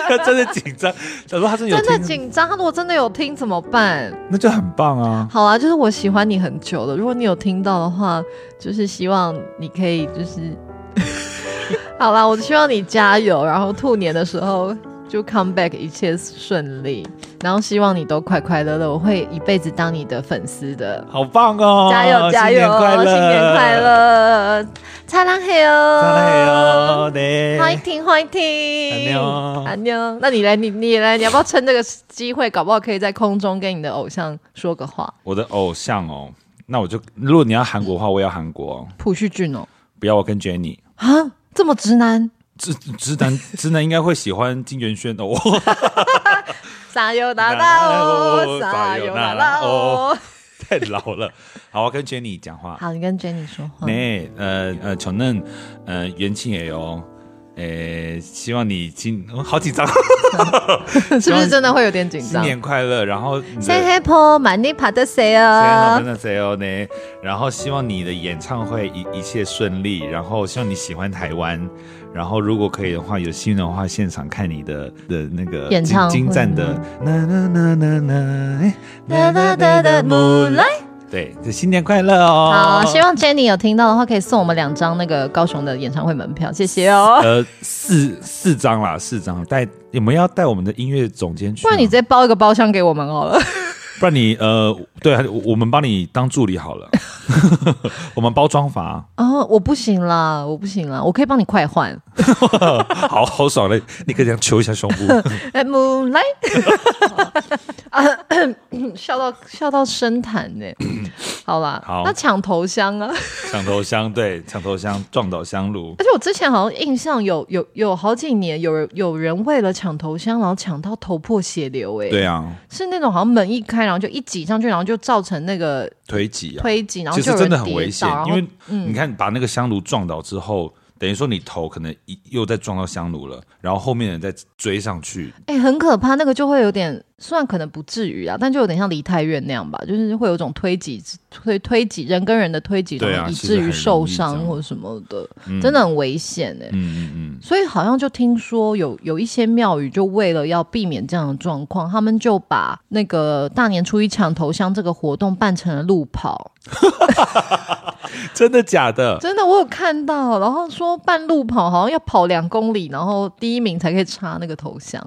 他 真的紧张。他说他真的有
真
听，
的紧张。他如果真的有听怎么办？
那就很棒啊。
好啊，就是我喜欢你很久了。如果你有听到的话，就是希望你可以就是， 好啦，我希望你加油，然后兔年的时候就 come back，一切顺利，然后希望你都快快乐乐。我会一辈子当你的粉丝的。
好棒哦！
加油加油！
新年快乐，
新年快！乐！擦亮黑哦，
再来哦，对，
欢迎听，欢迎听，
安妞
安妞那你来，你你来，你要不要趁这个机会，搞不好可以在空中跟你的偶像说个话？
我的偶像哦。那我就，如果你要韩国的话，我也要韩国哦、
朴叙俊哦，
不要我跟 Jenny。
啊，这么直男，
直 直男直男应该会喜欢金元轩的哦。
撒有达达哦，
撒
撒
由
有
那
达
拉
达
哦
哦。
太老了。好，我跟 Jenny 讲话。
好，你跟 Jenny 说话。
네, 어, 어, 저는 呃 어, 유엔칭이에요. 에,希望你今 어,好紧张，
是不是真的会有点紧张？
新年快乐。然后
Say happy, 많이 받으세요.
안녕하세요. 네.然后希望你的演唱会一一切顺利，然后希望你喜欢台湾，然后如果可以的话，有幸的话现场看你的的那个
演唱会吗？
金赞的那那那那那那那那那
Moonlight
对，新年快乐哦！
好，希望 Jenny 有听到的话，可以送我们两张那个高雄的演唱会门票，谢谢哦。
呃，四四张啦，四张带我们要带我们的音乐总监去
不
吗，
然你直接包一个包厢给我们好了。
不然你呃，对啊，我我们帮你当助理好了，我们包装法，
哦，我不行啦，我不行啦，我可以帮你快换。
好好爽嘞！你可以这样求一下胸部，
哎，Moonlight，啊笑到笑到生痰 呢。好啦，
好
那抢头香啊！
抢头香，对，抢头香撞倒香炉
而，且我之前好像印象有有有好几年有人有人为了抢头香，然后抢到头破血流、哎，
对啊，
是那种好像门一开，然后就一挤上去，然后就造成那个
推挤啊，
推挤，然后
其
就
实
有人
真的很
跌
危险
倒，然
因
后嗯
为你看把那个香炉撞倒之后。等于说你头可能一又再撞到香炉了，然后后面人再追上去，
哎、很可怕，那个就会有点，虽然可能不至于啊，但就有点像梨泰院那样吧，就是会有一种推挤、推推挤人跟人的推挤，
对啊
然后以
其实
至于
很
受
容易这样嗯
伤或什么的，真的很危险哎、
嗯嗯嗯，
所以好像就听说有有一些庙宇，就为了要避免这样的状况，他们就把那个大年初一抢头香这个活动办成了路跑。
真的假的？
真的，我有看到，然后说办路跑好像要跑两公里，然后第一名才可以插那个头香。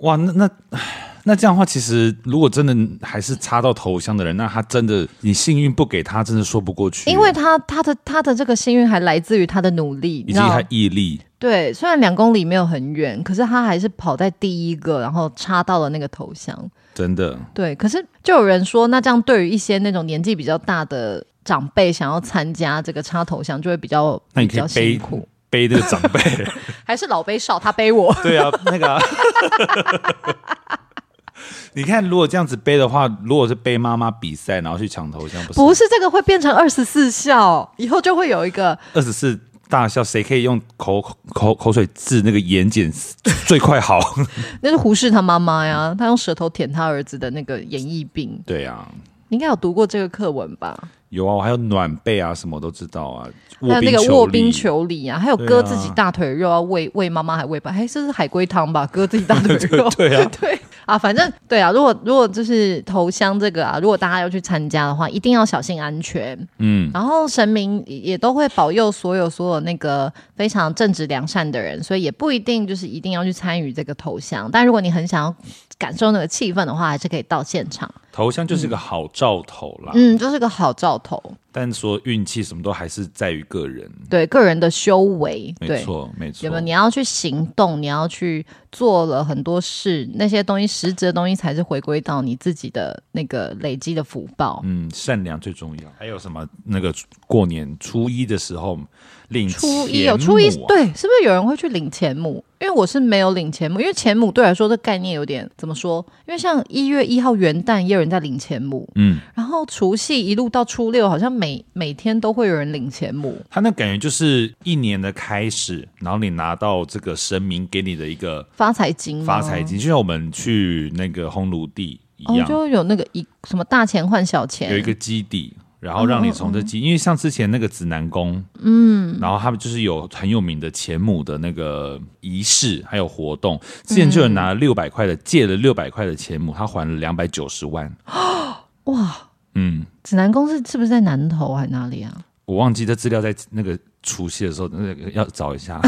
哇，那 那唉那这样的话，其实如果真的还是插到头香的人，那他真的你幸运不给他，真的说不过去。
因为他他的他的这个幸运还来自于他的努力，你知
嗯以及
道
他毅力，
对，虽然两公里没有很远，可是他还是跑在第一个，然后插到了那个头香。
真的
对，可是就有人说，那这样对于一些那种年纪比较大的长辈想要参加这个插头香，就会比较
那你
比
可以
较
背
辛苦，
背那个长辈，
还是老背少他背我。
对啊，那个啊、你看，如果这样子背的话，如果是背妈妈比赛，然后去抢头香，不是
不是这个会变成二十四孝，以后就会有一个
二十四大笑，谁可以用口口口水治那个眼睑 最快好？
那是胡适他妈妈呀，他用舌头舔他儿子的那个演艺病。
对啊，
你应该有读过这个课文吧？
有啊，我还有暖背啊，什么都知道啊，
还有那个
握
卧
冰
冰
球力。
求鲤啊，还有
对啊
割自己大腿肉啊，喂喂妈妈还喂爸，哎，这是海龟汤吧？割自己大腿肉，
对对啊
对啊，反正对啊，如果如果就是头香这个啊，如果大家要去参加的话，一定要小心安全。
嗯，
然后神明也都会保佑所有所有那个非常正直良善的人，所以也不一定就是一定要去参与这个头香。但如果你很想要感受那个气氛的话，还是可以到现场。
头像就是个好兆头啦，
嗯，这、是个好兆头，
但说运气什么都还是在于个人，
对个人的修为，
没
对。
错，没错。
有没有？你要去行动，你要去做了很多事，那些东西实质的东西才是回归到你自己的那个累积的福报。
嗯，善良最重要。还有什么？那个过年初一的时候领
初一
钱
有初一
母啊，
对，是不是有人会去领钱母？因为我是没有领钱母，因为钱母对我来说这概念有点怎么说？因为像一月一号元旦也有人在领钱母，
嗯，
然后除夕一路到初六，好像每每天都会有人领钱母。
他那感觉就是一年的开始，然后你拿到这个神明给你的一个
发财金吗，
发财金，就像我们去那个烘炉地。一
哦，
样，
就有那个一什么大钱换小钱，哦
有一个基底，然后让你从这基，因为像之前那个指南宫，嗯，然后他们就是有很有名的钱母的那个仪式还有活动，之前就有
嗯
拿六百块的借了六百块的钱母，他还了两百九十万，
哇，
嗯，
指南宫是是不是在南头还哪里啊？
我忘记这资料在那个除夕的时候那个要找 一下，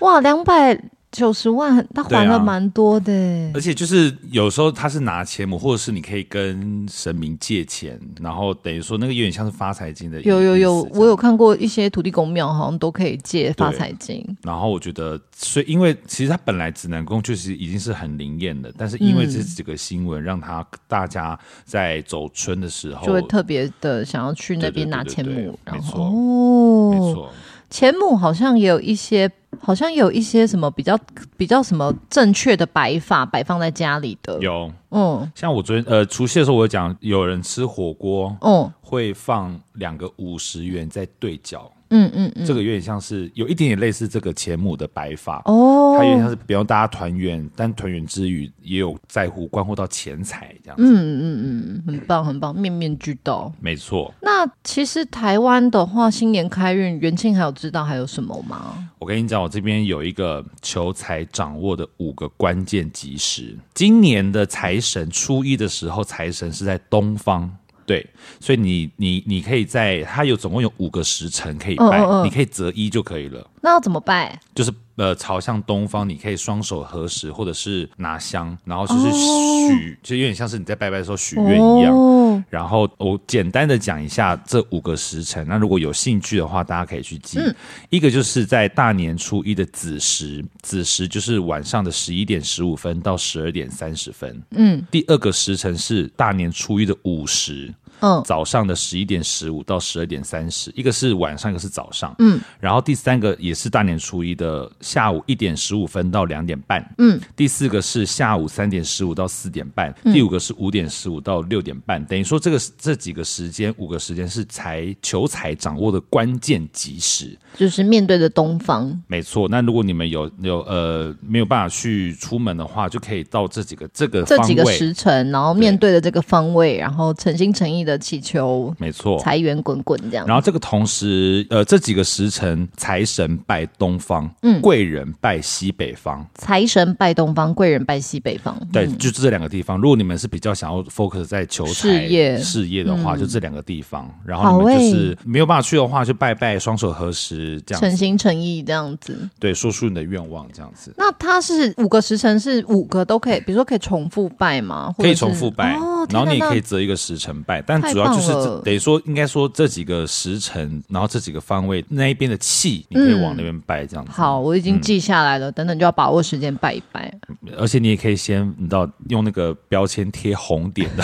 哇，两百九十万，他
对啊
还了蛮多的欸、
而且就是有时候他是拿钱母，或者是你可以跟神明借钱，然后等于说那个有点像是发财金的，
有有有，我有。看过一些土地公庙，好像都可以借发财金。
然后我觉得，所以因为其实它本来指南宫就是已经是很灵验的，但是因为这几个新闻，让它大家在走春的时候
就会特别的想要去那
对对
边
对
拿
对
钱
对
母，然
没
后
错
哦，
没错，
钱母好像也有一些，好像也有一些什么比较比较什么正确的摆法，摆放在家里的。，
有
嗯
像我昨天呃除夕的时候，我有讲有人吃火锅
嗯
会放两个五十元在对角，
嗯嗯嗯，
这个有点像是有一点点类似这个钱母的摆法。
哦，
它有点像是，比方大家团圆，但团圆之余也有在乎关乎到钱财这样子。
嗯嗯嗯，很棒很棒，面面俱到。
没错，
那其实台湾的话，新年开运，元庆还有知道还有什么吗？
我跟你讲，我这边有一个求财掌握的五个关键吉时。今年的财神初一的时候，财神是在东方。对，所以你你你可以在它有总共有五个时辰可以拜，
嗯嗯嗯
你可以择一就可以了，
那要怎么拜？
就是呃朝向东方，你可以双手合十或者是拿香，然后就是许，就有点像是你在拜拜的时候许愿一样。
哦，
然后我简单的讲一下这五个时辰，那如果有兴趣的话，大家可以去记。
嗯
一个就是在大年初一的子时，子时就是晚上的十一点十五分到十二点三十分。
嗯
第二个时辰是大年初一的午时，
嗯
早上的十一点十五到十二点三十，一个是晚上，一个是早上。
嗯，
然后第三个也是大年初一的下午一点十五分到两点半。
嗯，
第四个是下午三点十五到四点半，第五个是五点十五到六点半。等于说这个这几个时间，五个时间是财求财掌握的关键及时。
就是面对着东方，
没错，那如果你们有有呃没有办法去出门的话，就可以到这几个这个
这
方位。
几个时辰，然后面对着这个方位，然后诚心诚意的祈求
没错，
财源滚滚这样。
嗯然后这个同时，呃，这几个时辰，财神拜东方，嗯，贵人拜西北方，
财神拜东方，贵人拜西北方。
对，就这两个地方。如果你们是比较想要 focus 在求财
嗯事业
事业的话，就这两个地方。然
好
后你们就
欸
是没有办法去的话，就拜拜，双手合十这样
诚
子，
心诚意这样子。
对，说出你的愿望这样子，
那它是五个时辰，是五个都可以，比如说可以重复拜吗？或
可
者
以
是
重复拜，
哦、天
然后
哪
你也可以
那
择一个时辰拜，但
太
主要就是
棒
这
了
等于说，应该说这几个时辰，然后这几个方位那一边的气，你可以往那边拜这样子。
嗯好，我已
嗯
经记下来了，等等就要把握时间拜一拜，
而且你也可以先，你知道用那个标签贴红点 的，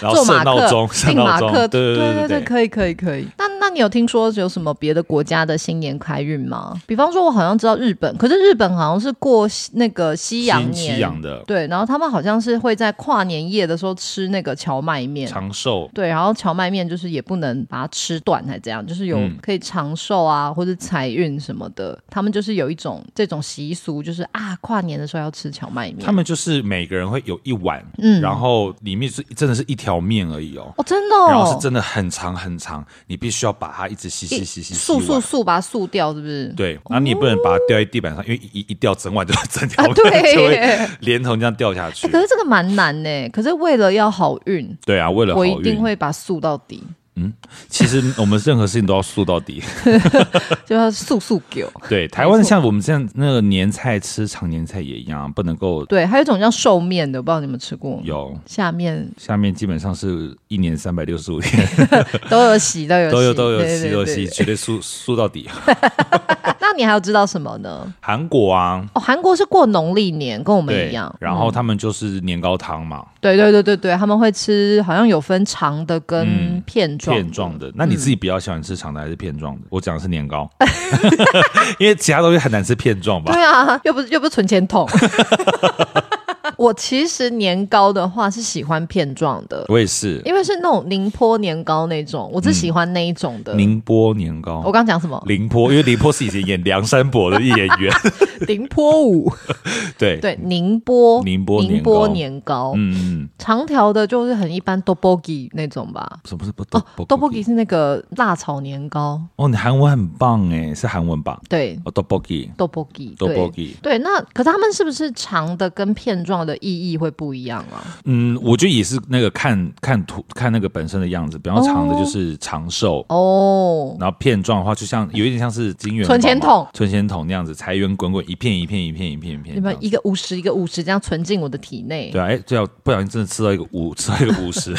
然后
做马
设闹钟，
克，
设
定
闹
马
钟，
克，
对对
对
对
可以可以可以。那那你有听说有什么别的国家的新年开运吗？比方说，我好像知道日本，可是日本好像是过西那个西洋
新
年，
西洋的
对，然后他们好像是会在跨年夜的时候吃那个荞麦面，
长寿，
对，然后荞麦面就是也不能把它吃断，还这样，就是有
嗯
可以长寿啊，或者财运什么的。他们就是有一种这种习俗，就是啊，跨年的时候要吃荞麦面。
他们就是每个人会有一碗，
嗯
然后里面是真的是一条面而已哦，
哦，真的、哦，
然后是真的很长很长，你必须要把它一直吸吸
一
吸吸吸
速速
完。
速把它速掉，是不是？
对，然后你也不能把它掉在地板上，因为一一一掉整碗就整条
啊
面就
对
会
耶
连同这样掉下去
哎、。可是这个蛮难呢。可是为了要好运，
对啊，为了好
我一定
运，
会把它速到底，
其实我们任何事情都要塑到底。
就要速速给我。
对，台湾像我们这样那个年菜吃常年菜也一样，不能够
对，还有一种叫寿面的，我不知道你们吃过。
有。
下面
下面基本上是一年三百六十五天
都有喜，都有
都有
喜
都有
对
吸
对
有
对
吸，绝对输输到底。
那你还要知道什么呢？
韩国啊，
哦，韩国是过农历年，跟我们
对
一样，。
然后他们就是年糕汤嘛，
对对对对对，他们会吃，好像有分长的跟片状的。
嗯片状的。那你自己比较喜欢吃长的还是片状的？我讲的是年糕，因为其他东西很难吃片状吧
对？啊，又不是又不是存钱筒。我其实年糕的话是喜欢片状的，
我也是，
因为是那种宁波年糕那种，我只喜欢那一种的。
嗯宁波年糕。
我刚讲什么？
宁波，因为宁波是以前演梁山伯的演员，
宁波 舞，
对，
对，宁波，
宁波年糕
宁波年糕，
嗯，嗯，
长条的就是很一般，dobogi 那种吧。
什么是不
哦，dobogi
tteokbokki
是那个辣炒年糕，
哦，你韩文很棒哎，是韩文吧？
对
哦，tteokbokki，
，dobogi，对。
tteokbokki，
对，那可是他们是不是长的跟片状的意义会不一样啊？
嗯，我觉得也是那个看看图看那个本身的样子，比方说长的
哦
就是长寿。
哦，
然后片状的话，就像有一点像是金元宝嘛
存钱筒、
存钱筒那样子，财源滚滚，一片一片一片一片一片。
有没有
这样子
一个五十一个五十这样存进我的体内？
对啊，哎，这要不小心真的吃到一个五，吃到一个五 十，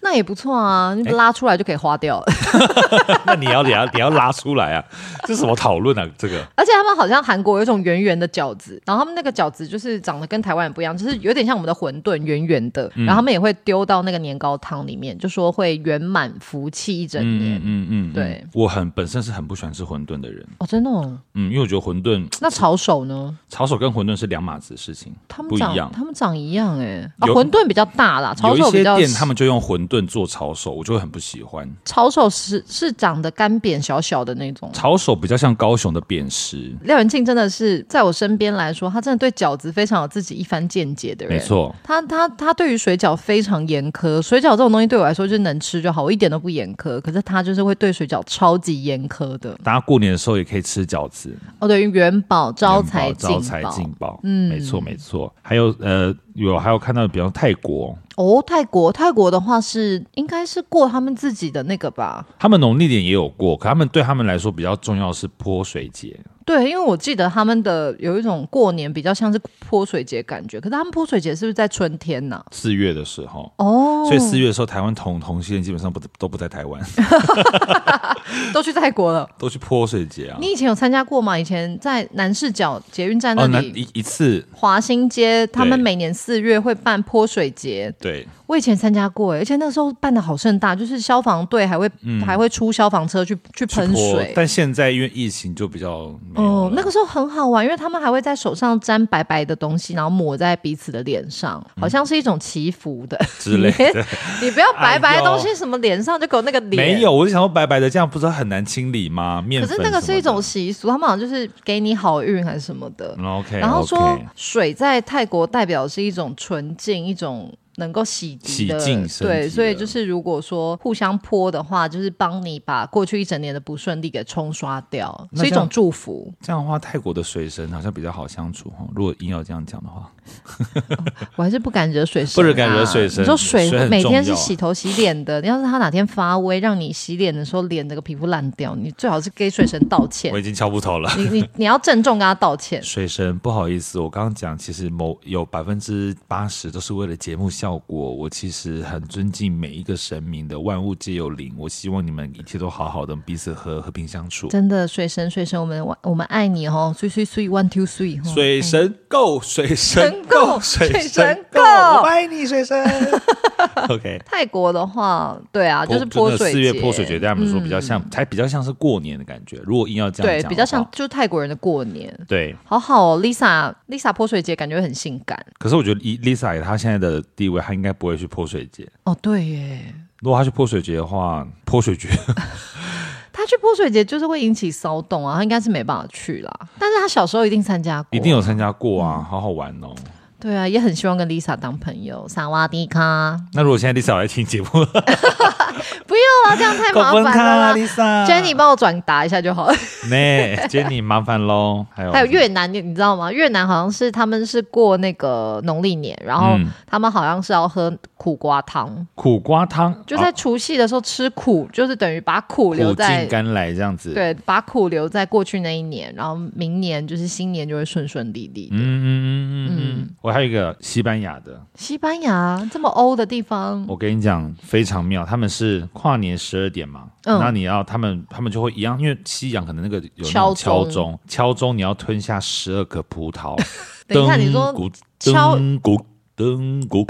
那也不错啊，
哎
你拉出来就可以花掉了。
那你要你要你要拉出来啊！ 这是什么讨论啊？这个
而且他们好像韩国有一种圆圆的饺子，然后他们那个饺子就是长得跟台湾人不一样，就是有点像我们的馄饨圆圆的，
嗯
然后他们也会丢到那个年糕汤里面，就说会圆满福气一整年。
嗯嗯，嗯
对，
我很本身是很不喜欢吃馄饨的人，
哦，真的、哦？
嗯，因为我觉得馄饨
那炒手呢？
炒手跟馄饨是两码子的事情，
他们
不一
长
样。
他们长一样哎、啊，
有
馄饨比较大啦，炒
有一
手比
些
较
店他们就用馄饨做炒手，我就会很不喜欢。
炒手是是长得干扁小小的那种。
炒手比较像高雄的扁食，
廖元庆真的是在我身边来说，他真的对饺子非常有自己一番见解的人。
没错。
他他他对于水饺非常严苛，水饺这种东西对我来说就是能吃就好，我一点都不严苛。可是他就是会对水饺超级严苛的。
大家过年的时候也可以吃饺子，
哦，对，元宝招财
元宝招
进
财
宝。
进宝，嗯，没错没错。还有呃，有还有看到，比方泰国，
哦，泰国泰国的话是应该是过他们自己的那个吧？
他们农历年也有过，可他们对他们来说比较重要的是泼水节，
对，因为我记得他们的有一种过年比较像是泼水节感觉，可是他们泼水节是不是在春天呢、
四月的时候。
哦，
所以四月的时候，台湾同同性恋基本上不都不在 台湾，
都去泰国了。
都去泼水节啊。
你以前有参加过吗？以前在南市角捷运站那
哦，那
里，
一一次
华新街，他们
对
每年四月会办泼水节，
对，
我以前参加过，欸而且那个时候办的好盛大，就是消防队还会、还会出消防车去去
嗯去
喷
泼
水。
但现在因为疫情就比较没有
哦
了，
那个时候很好玩，因为他们还会在手上沾白白的东西，然后抹在彼此的脸上，好像是一种祈福的
嗯之类的。
你你不要白白的东
哎
西什么脸上就给我那个脸，
没有，我就想说白白的，这样不是很难清理吗？面
可
粉
是那个
什
是
么
一种
的
习俗，他们好像就是给你好运还是什么的。
嗯 OK，
然后说
OK
水在泰国代表是一种纯净，一种能够洗
洗
涤的，
净身体
对，
的
所以就是如果说互相泼的话，就是帮你把过去一整年的不顺利给冲刷掉，
那
是一
这样
种祝福。
这样的话，泰国的水神好像比较好相处哈。如果硬要这样讲的话，
我还是不敢惹水神、啊，
不敢惹水神
你说水
水很
每天
重
是
要啊
洗头洗脸的，要是他哪天发威，让你洗脸的时候脸那个皮肤烂掉，你最好是给水神道歉
我。已经敲不头了。
你你你要郑重跟他道歉。
水神，不好意思，我刚刚讲，其实某有百分之八十都是为了节目效果。我其实很尊敬每一个神明的，万物皆有灵。我希望你们一切都好好的，彼此和和平相处。
真的，水神，水神，我们我们爱你哦，碎碎碎，one two three，哦
水神够，水神够，
水神够
水神够，
水神够
我爱你，水神。OK，
泰国的话，对啊，就是泼水节，嗯
四月泼水节，对他们说比较像，才比较像是过年的感觉。如果硬要这样
对
讲的话，，
比较像就是泰国人的过年。
对。
好好哦，Lisa，Lisa 泼水节感觉很性感
可是我觉得以 Lisa 以她现在的地位，她应该不会去泼水节。
哦。对耶，
如果她去泼水节的话，泼水节
他去泼水节就是会引起骚动啊，他应该是没办法去啦。但是他小时候一定参加过，
一定有参加过啊，好好玩哦。
对啊，也很希望跟 Lisa 当朋友。萨瓦迪卡，
那如果现在 Lisa 有来听节目，
不用了，这样太麻
分开
烦
啦
了啦。
，Lisa。哦
Jenny 帮我转达一下就好了。
呢，Jenny 麻烦喽。还有
还有越南，你你知道吗？越南好像是他们是过那个农历年，然后
嗯
他们好像是要喝苦瓜汤，
苦瓜汤，
就在
啊
除夕的时候吃苦，就是等于把苦
苦
留在
尽甘来这样子。，
对，把苦留在过去那一年，然后明年就是新年就会顺顺利利。
嗯嗯嗯嗯嗯。我还有一个西班牙的，
西班牙这么欧的地方，
我跟你讲，非常妙。他们是跨年十二点嘛，
嗯
那你要他们他们就会一样，因为西洋可能那个有那
敲
种
钟
敲钟，敲钟你要吞下十二个葡萄。
等一下
噔
你说
咕
敲
噔咕 灯谷。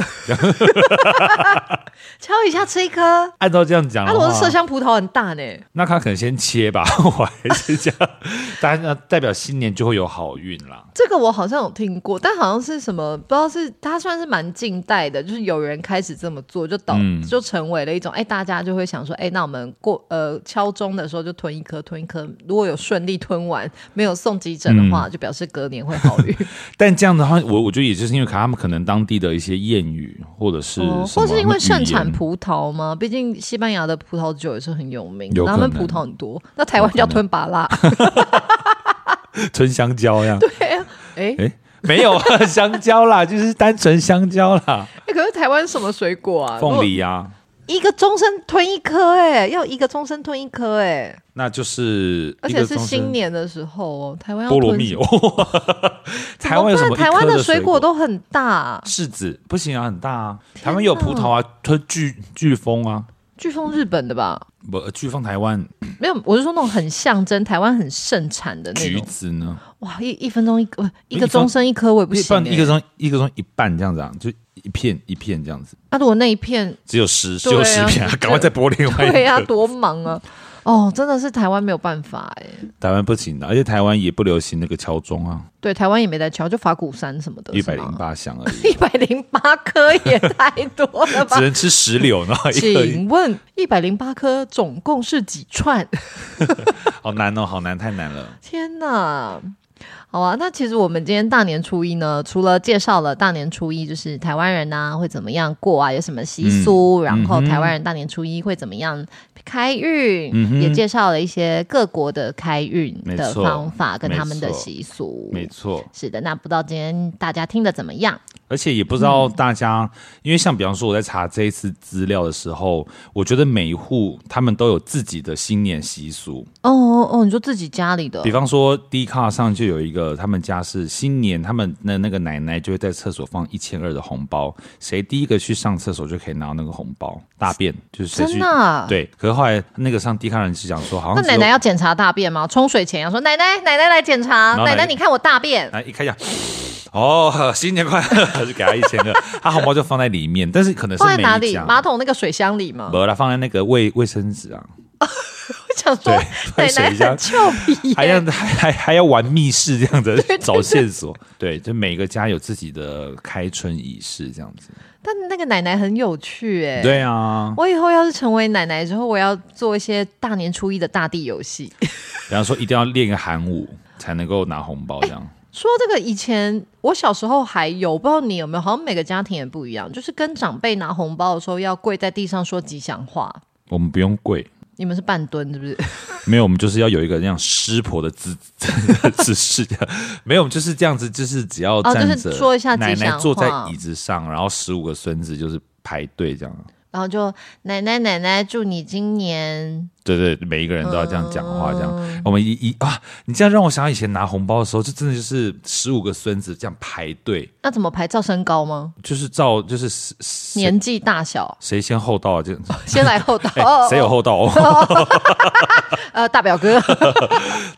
敲一下吃一颗。
按照这样讲
阿
的话，
罗的麝香葡萄很大呢，
那他可能先切吧， 我还是这样，大家代表新年就会有好运啦。
这个我好像有听过，但好像是什么，不知道是它算是蛮近代的，就是有人开始这么做，就导、
嗯
就成为了一种，哎，大家就会想说，哎，那我们过呃敲钟的时候就吞一颗，吞一颗，如果有顺利吞完，没有送急诊的话，就表示隔年会好运，
但这样的话，我我觉得也就是因为他们可能当地的一些谚语或者是什么、
哦或是因为盛产
语言
葡萄吗？毕竟西班牙的葡萄酒也是很有名，
有
然后他们
可
葡
能
萄很多，那台湾叫吞巴拉，
春香蕉呀，
哎
哎，没有啊，香蕉啦，就是单纯香蕉啦，
哎可是台湾什么水果啊？
凤梨呀、
一个终身吞一颗，哎，要一个终身吞一颗，哎，
那就是
而
一
且
个
是
中
新
生
年的时候哦，台湾要
菠萝
吞
蜜
什么
哦，
怎
台湾有什
办
么一
台湾
颗
的
的
水果
果
都很大、
柿子不行啊，很大啊，台湾有葡萄啊，推飓飓风啊，
飓风日本的吧？
不呃飓风台湾
没有，我是说那种很象征台湾很盛产的那
橘
种。
子呢，
哇，一一分钟一个，呃一
一
个
分
钟生一颗，我也不
一
行、
半
欸。
一个钟一个钟一半这样子啊，就一片一片这样子，
啊那、如果那一 片，
只有十只
对啊
有十片啊，赶快再剥另外一
对呀、
个。
多忙啊！哦，真的是台湾没有办法哎、
台湾不行的，而且台湾也不流行那个敲钟啊，
对，台湾也没在敲，就法鼓山什么的，
一百零八响而 已，
一百零八颗也太多了吧
只？能吃 石榴，然后一个
请问一百零八颗总共是几串？
好难哦，好难，太难了。
天呐！好啊，那其实我们今天大年初一呢，除了介绍了大年初一就是台湾人呐、会怎么样过啊，有什么习
嗯
俗，然后台湾人大年初一会怎么样开运，
嗯
也介绍了一些各国的开运的
没错
方法跟他们的
没错
习俗。
没错，
是的，那不知道今天大家听的怎么样？
而且也不知道大家，因为像比方说我在查这一次资料的时候，我觉得每一户他们都有自己的新年习俗。
哦哦哦，你说自己家里的
比方说 d 卡上就有一个，他们家是新年，他们的那个奶奶就会在厕所放一千二的红包，谁第一个去上厕所就可以拿到那个红包。大便就是谁去
真的啊
对。可是后来那个上 d 卡人是讲说，好
那
像只
奶
有
奶要检查大便吗？冲水前要说奶奶，奶奶来检查，
然后
奶奶
奶
你看我大便。
哎来一开一下， 哦，新年快乐， 就给他一千二，他红包就放在里面，但是可能是
放在
每
哪
一
里？
家
马桶那个水箱里吗？
没啦，放在那个卫卫生纸啊，
我 想说
对
奶
喷水
奶
一下
很俏皮耶、
还 要还还还要玩密室这样子找线索，对，就每个家有自己的开春仪式这样子，
但那个奶奶很有趣哎、
对啊，
我以后要是成为奶奶之后，我要做一些大年初一的大地游戏。
比方说一定要练个韩舞才能够拿红包这样，
说这个以前我小时候还有，不知道你有没有？好像每个家庭也不一样，就是跟长辈拿红包的时候要跪在地上说吉祥话。
我们不用跪。
你们是半蹲是不是？
没有，我们就是要有一个那样湿婆的姿 姿势这样。没有，我们就是这样子，就是只要
哦
站着，
就是说一下吉
奶
祥
奶坐在
话
椅子上，然后十五个孙子就是排队这样。
然后就奶奶奶奶，祝你今年
对对，每一个人都要这样讲话，这样、
嗯
我们一一啊，你这样让我想到以前拿红包的时候，就真的就是十五个孙子这样排队，
那怎么排？照身高吗？
就是照就是谁谁
年纪大小，
谁先后到 这样，
先来后到。
哎、谁有后到、
呃，大表哥。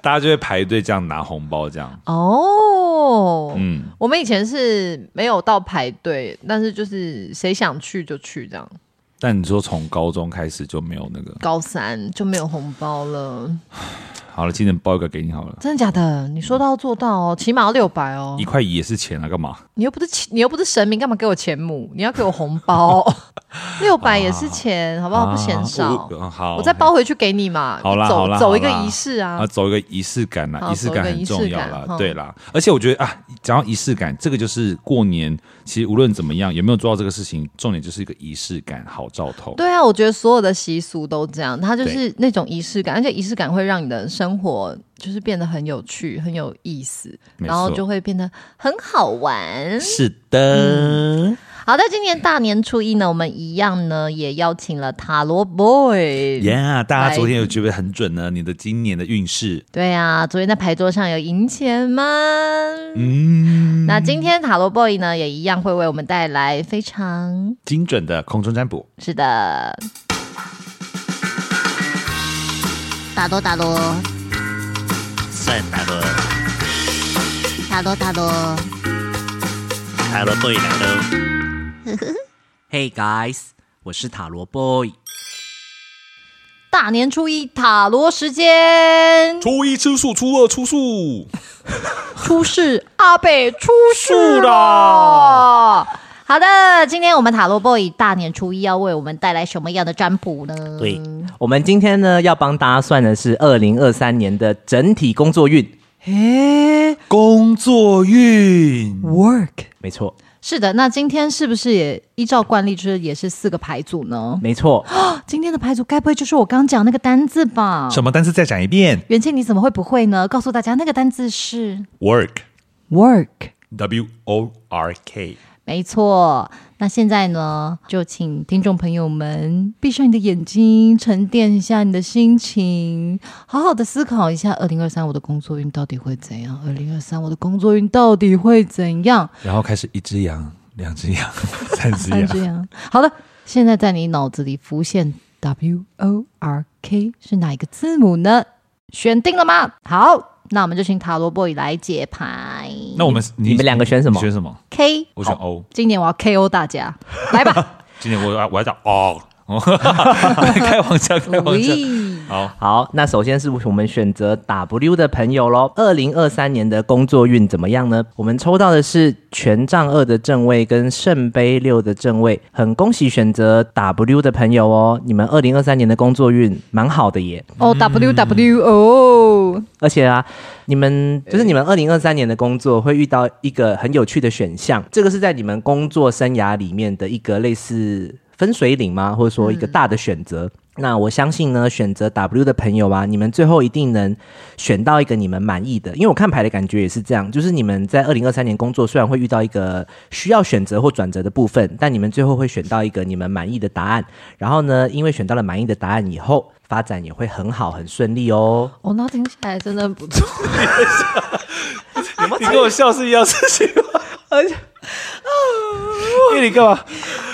大家就会排队这样拿红包这样。
哦，
嗯，
我们以前是没有到排队，但是就是谁想去就去这样。
但你说从高中开始就没有那个，
高三就没有红包了，
好了，今天包一个给你好了，
真的假的？你说到要做到哦，起码要六百哦
一。块一也是钱啊，干嘛？
你又不是你又不是神明，干嘛给我钱母？你要给我红 包，六
啊
百也是钱，好不好？不嫌少。
我嗯好，
我再包回去给你嘛。
好啦
走
好啦
走一个
好啦
仪式啊
啊，。走一个仪式感啦，
好
仪式感很重要
走一个仪式
啦
感，
对啦。而且我觉得啊，讲到仪式感，这个就是过年，其实无论怎么样，有没有做到这个事情，重点就是一个仪式感，好兆头。
对啊，我觉得所有的习俗都这样，它就是
对
那种仪式感，而且仪式感会让你的生活就是变得很有趣、很有意思，
没
然后
错
就会变得很好玩。
是的，
好在今年大年初一呢，我们一样呢也邀请了塔罗 boy。
呀，大
来
家昨天有觉得很准呢？你的今年的运势，
对啊，昨天在牌桌上有赢钱吗？
嗯，
那今天塔罗 boy 呢也一样会为我们带来非常
精准的空中占卜。
是的
打多打多，
算塔罗，
打多打多，
塔罗 boy 来喽！
Hey guys，我是塔罗 boy。
大年初一塔罗时间，
初一吃素，初二 出素，
出事阿贝出事
是
了
的。
好的，今天我们塔罗 boy 大年初一要为我们带来什么样的占卜呢？
对，我们今天呢要帮大家算的是二零二三年的整体工作运。诶，
工作运。
，work。
没错，
是的，那今天是不是也依照惯例，就是也是四个牌组呢？
没错。
今天的牌组该不会就是我刚讲那个单字吧？
什么单词再讲一遍
元庆，你怎么会不会呢？告诉大家，那个单字是
？Work
work。
W O R K。
没错，那现在呢，就请听众朋友们闭上你的眼睛，沉淀一下你的心情，好好的思考一下，二零二三我的工作运到底会怎样？二零二三我的工作运到底会怎样？
然后开始一只羊，两 只羊，三只
三
羊。
只羊。好的，现在在你脑子里浮现 W O R K 是哪一个字母呢？选定了吗？好，那我们就请塔罗 boy 来解牌。
那我们你
你们两个选什么哦
你选什么？
K，
我选
好
O。
今年我要 KO 大家，来 吧！
今年我要我要讲 O。哦开玩笑，开玩笑。
喂
好，
好，那首先是我们选择 W 的朋友喽。二零二三年的工作运怎么样呢？我们抽到的是权杖二的正位跟圣杯六的正位，很恭喜选择 W 的朋友哦，你们二零二三年的工作运蛮好的耶。
哦，W W O，
而且啊，你们就是你们二零二三年的工作会遇到一个很有趣的选项，这个是在你们工作生涯里面的一个类似分水岭吗？或者说一个大的选择。那我相信呢，选择 W 的朋友啊，你们最后一定能选到一个你们满意的，因为我看牌的感觉也是这样，就是你们在二零二三年工作虽然会遇到一个需要选择或转折的部分，但你们最后会选到一个你们满意的答案。然后呢，因为选到了满意的答案以后，发展也会很好、很顺利哦。
哦，那听起来真的不错。
你跟我笑是一样事情吗？
哎哦
因为你干嘛？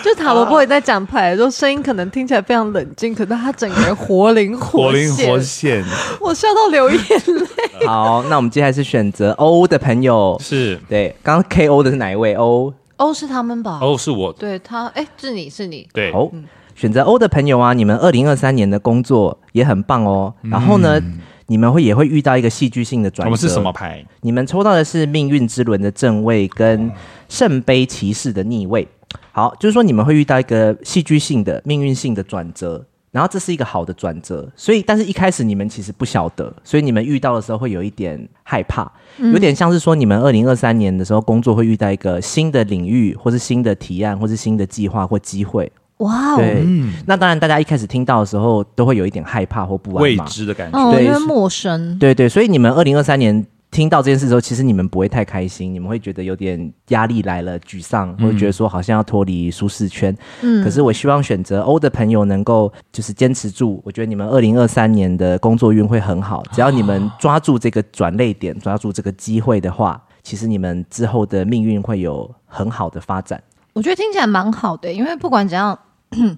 就塔罗 boy 在讲牌的时候，声音可能听起来非常冷静，可是他整个人活灵
活灵
现，
活现
我笑到流眼泪。
好，那我们接下来是选择 O 的朋友，
是
对，刚刚 KO 的是哪一位？O
哦，是他们吧？
O 是我
对他，哎，是你是你，
对
好，选择 O 的朋友啊，你们二零二三年的工作也很棒哦。然后呢，你们会也会遇到一个戏剧性的转
嗯
折。
我们是什么？牌？
你们抽到的是命运之轮的正位跟圣杯骑士的逆位。好，就是说你们会遇到一个戏剧性的、命运性的转折，然后这是一个好的转折，所以但是一开始你们其实不晓得，所以你们遇到的时候会有一点害怕，有点像是说你们二零二三年的时候工作会遇到一个新的领域，或是新的提案，或是新的计划或机会。
哇哦，
对，那当然大家一开始听到的时候都会有一点害怕或不安
未
嘛，
知的感觉。
哦，
对
因为
是
陌生。
对对，所以你们二零二三年听到这件事之后，其实你们不会太开心，你们会觉得有点压力来了，沮丧，或者觉得说好像要脱离舒适圈。嗯，可是我希望选择 O 的朋友能够就是坚持住，我觉得你们二零二三年的工作运会很好，只要你们抓住这个转类点，抓住这个机会的话，其实你们之后的命运会有很好的发展。
我觉得听起来蛮好的，因为不管怎样，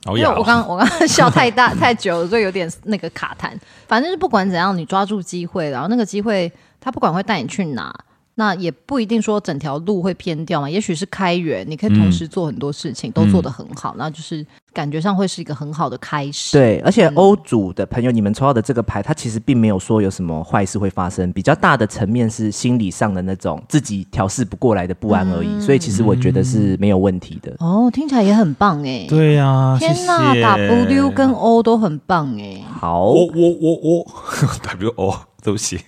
熬
嗯因为
夜好了
我刚我刚刚 笑太 大太久了，所以有点那个卡痰。反正是不管怎样，你抓住机会，然后那个机会，他不管会带你去哪，那也不一定说整条路会偏掉嘛，也许是开源，你可以同时做很多事情，都做得很好，那就是感觉上会是一个很好的开始。，
对，而且欧组的朋友，你们抽到的这个牌，它其实并没有说有什么坏事会发生，比较大的层面是心理上的那种自己调试不过来的不安而已，所以其实我觉得是没有问题的。
哦，听起来也很棒哎。
对呀，
天
哪
，W 跟 O 都很棒哎，
好，
我我我我 W O，对不起，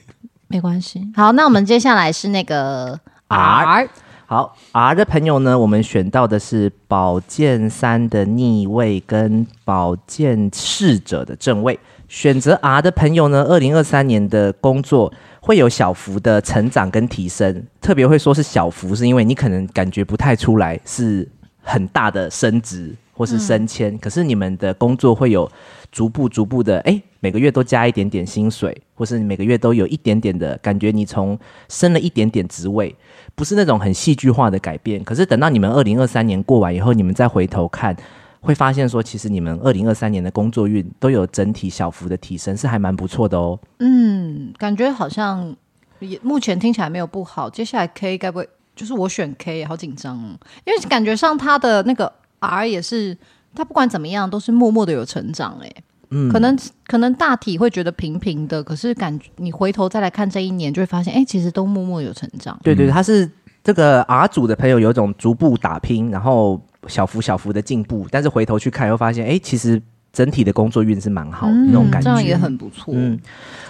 没关系。好，那我们接下来是那个
R 好 R 的朋友呢，我们选到的是宝剑三的逆位跟宝剑侍者的正位。选择 R 的朋友呢，二零二三年的工作会有小幅的成长跟提升，特别会说是小幅，是因为你可能感觉不太出来是很大的升职或是升迁，可是你们的工作会有逐步逐步的，哎，每个月都加一点点薪水，或是你每个月都有一点点的感觉，你从升了一点点职位，不是那种很戏剧化的改变。可是等到你们二零二三年过完以后，你们再回头看，会发现说，其实你们二零二三年的工作运都有整体小幅的提升，是还蛮不错的哦。
嗯，感觉好像也目前听起来没有不好。接下来 K 该不会就是我选 K，好紧张哦，因为感觉上他的那个 R 也是，他不管怎么样都是默默的有成长哎、
嗯
可能可能大体会觉得平平的，可是感觉你回头再来看这一年，就会发现，哎、其实都默默有成长。
对对，对他是这个 R 组的朋友有种逐步打拼，然后小幅小幅的进步，但是回头去看又发现，哎，其实整体的工作运是蛮好的、那种感
嗯这
觉，
样也很不错，
嗯。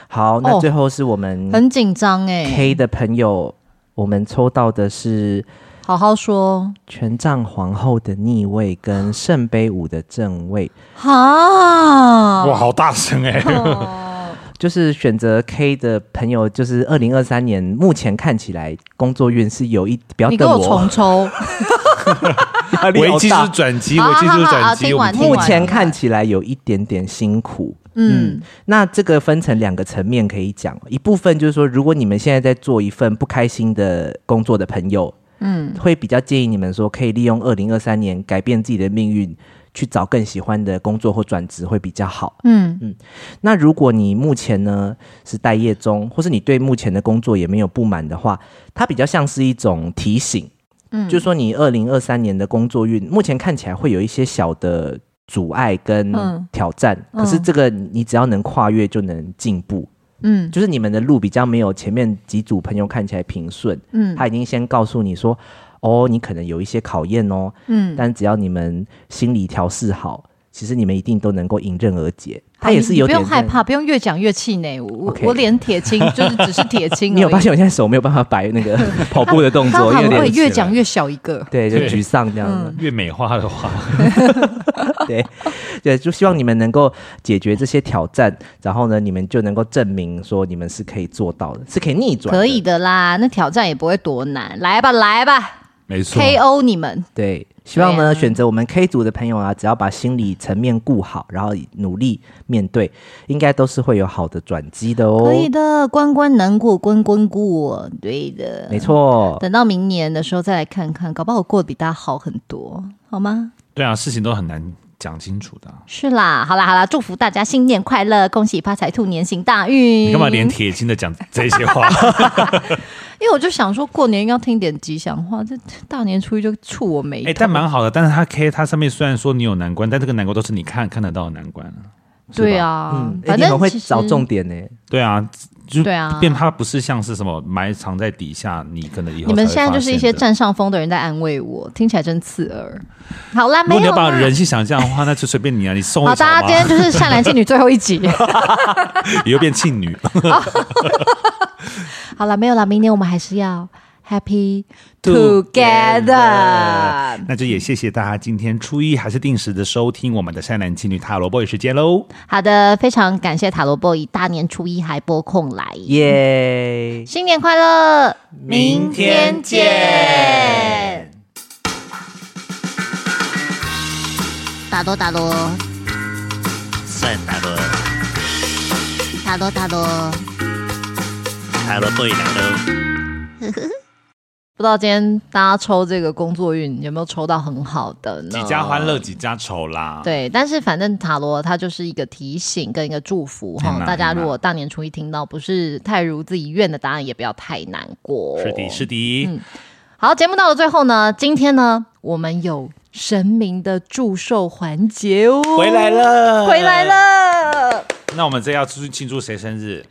好，那
哦
最后是我们
很紧张哎，
K 的朋友，我们抽到的是
好好说
权杖皇后的逆位跟圣杯五的正位，
哈，
哇，好大声 哎、
就是选择 K 的朋友，就是二零二三年目前看起来工作运是有一不要
你给
瞪
我重 抽，
压力好
危机就
大
是转机，
好
危机就是
好好好
转机。
听
我
完
们
听
目
完
前看起来有一点点辛苦。
嗯，
那这个分成两个层面可以讲，一部分就是说，如果你们现在在做一份不开心的工作的朋友，嗯，会比较建议你们说，可以利用二零二三年改变自己的命运，去找更喜欢的工作或转职会比较好。
嗯
嗯。那如果你目前呢是待业中，或是你对目前的工作也没有不满的话，它比较像是一种提醒，嗯，就是说你二零二三年的工作运，目前看起来会有一些小的阻碍跟
嗯
挑战，
嗯
可是这个你只要能跨越就能进步，
嗯
就是你们的路比较没有前面几组朋友看起来平顺，
嗯
他已经先告诉你说，哦，你可能有一些考验哦，
嗯，
但只要你们心理调试好，其实你们一定都能够迎刃而解。他
好
也
哦你
是有
你
点
不用害
认
怕，不用越讲越气馁。我
OK
我脸铁青，就是只是铁青而已。
你有发现我现在手没有办法摆 那个 跑步的动
他
作，
好
因为
像会
脸
越讲越小一个。
对就
对
沮丧这样子。
越美化的话，
嗯
对对，就希望你们能够解决这些挑战，然后呢，你们就能够证明说你们是可以做到的，是可以逆转，
可以。的啦，那挑战也不会多难，来吧来吧
没错。
，KO 你们，
对，希望呢、
对啊
选择我们 K 组的朋友啊，只要把心理层面顾好，然后努力面对，应该都是会有好的转机的哦。
可以的，关关难过关关过，对的，
没。错，
等到明年的时候再来看看，搞不好我过得比大家好很多，好吗？
对啊，事情都很难讲清楚的啊、
是啦，好啦好啦，祝福大家新年快乐，恭喜发财，兔年行大运。
你干嘛连铁青的讲这些话？
因为我就想说过年要听点吉祥话，这大年初一就触我眉
哎、
头。
但蛮好的。但是他 K 他上面虽然说你有难关，但这个难关都是你看看得到的难关啊。是吧
对啊，
嗯，哎
反
你
正
很会
其实
找重点呢、
对啊，就
对啊
变它不是像是什么埋藏在底下，你可能以后
你们
才会
现在就是一些
发现的。
占上风的人在安慰我，听起来真刺耳。好啦，
如
没
果你
有
要把
啦。
人性想象的话，那就随便你啊，你送
好，
一
大
场
家今天
吧，
就是善良妓女最后一 集。
以后变庆女。
好了，没有了，明年我们还是要 happy
Together
together。
那就也谢谢大家今天初一还是定时的收听我们的善男信女塔罗 boy 时间喽。
好的，非常感谢塔罗 boy 大年初一还拨空来，
耶、
新年快乐，
明天
见。
打多打多
算塔罗，
打多打多。
塔罗 boy 来喽。
不知道今天大家抽这个工作运有没有抽到很好的呢？
几家欢乐几家愁啦。
对，但是反正塔罗它就是一个提醒跟一个祝福
哎
哈，
妈
大家
哎妈
如果大年初一听到不是太如自己愿的答案，也不要太难过。
是的，是的。
嗯好，节目到了最后呢，今天呢，我们有神明的祝寿环节哦，
回来，了，
回来。了。
那我们这要出去庆祝谁生日？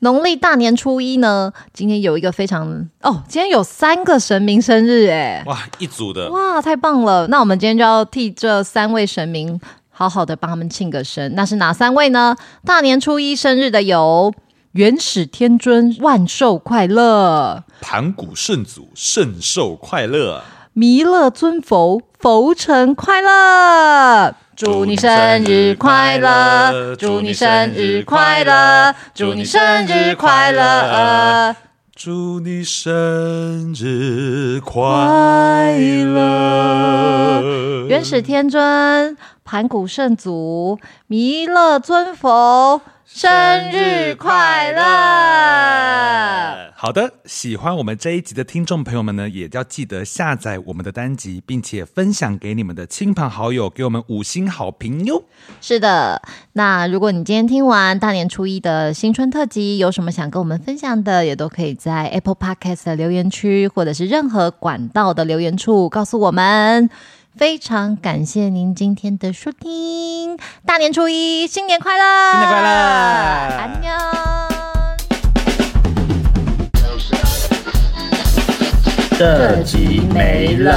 农历大年初一呢，今天有一个非常哦，今天有三个神明生日哎，
哇，一组的，
哇，太棒了！那我们今天就要替这三位神明好好的帮他们庆个生。那是哪三位呢？大年初一生日的有元始天尊，万寿快乐；
盘古圣祖，圣寿快乐。
弥勒尊佛，佛成快乐。祝你生日快乐！祝你生日快乐！祝你生日快乐！
祝你生日快乐！
元始天尊、盘古圣祖、弥勒尊佛，生日快乐！！
好的，喜欢我们这一集的听众朋友们呢，也要记得下载我们的单集，并且分享给你们的亲朋好友，给我们五星好评哟。
是的，那如果你今天听完大年初一的新春特辑，有什么想跟我们分享的，也都可以在 Apple Podcast 的留言区，或者是任何管道的留言处告诉我们。非常感谢您今天的收听，大年初一，新年快乐！
新年快乐
安妞。
这集没了。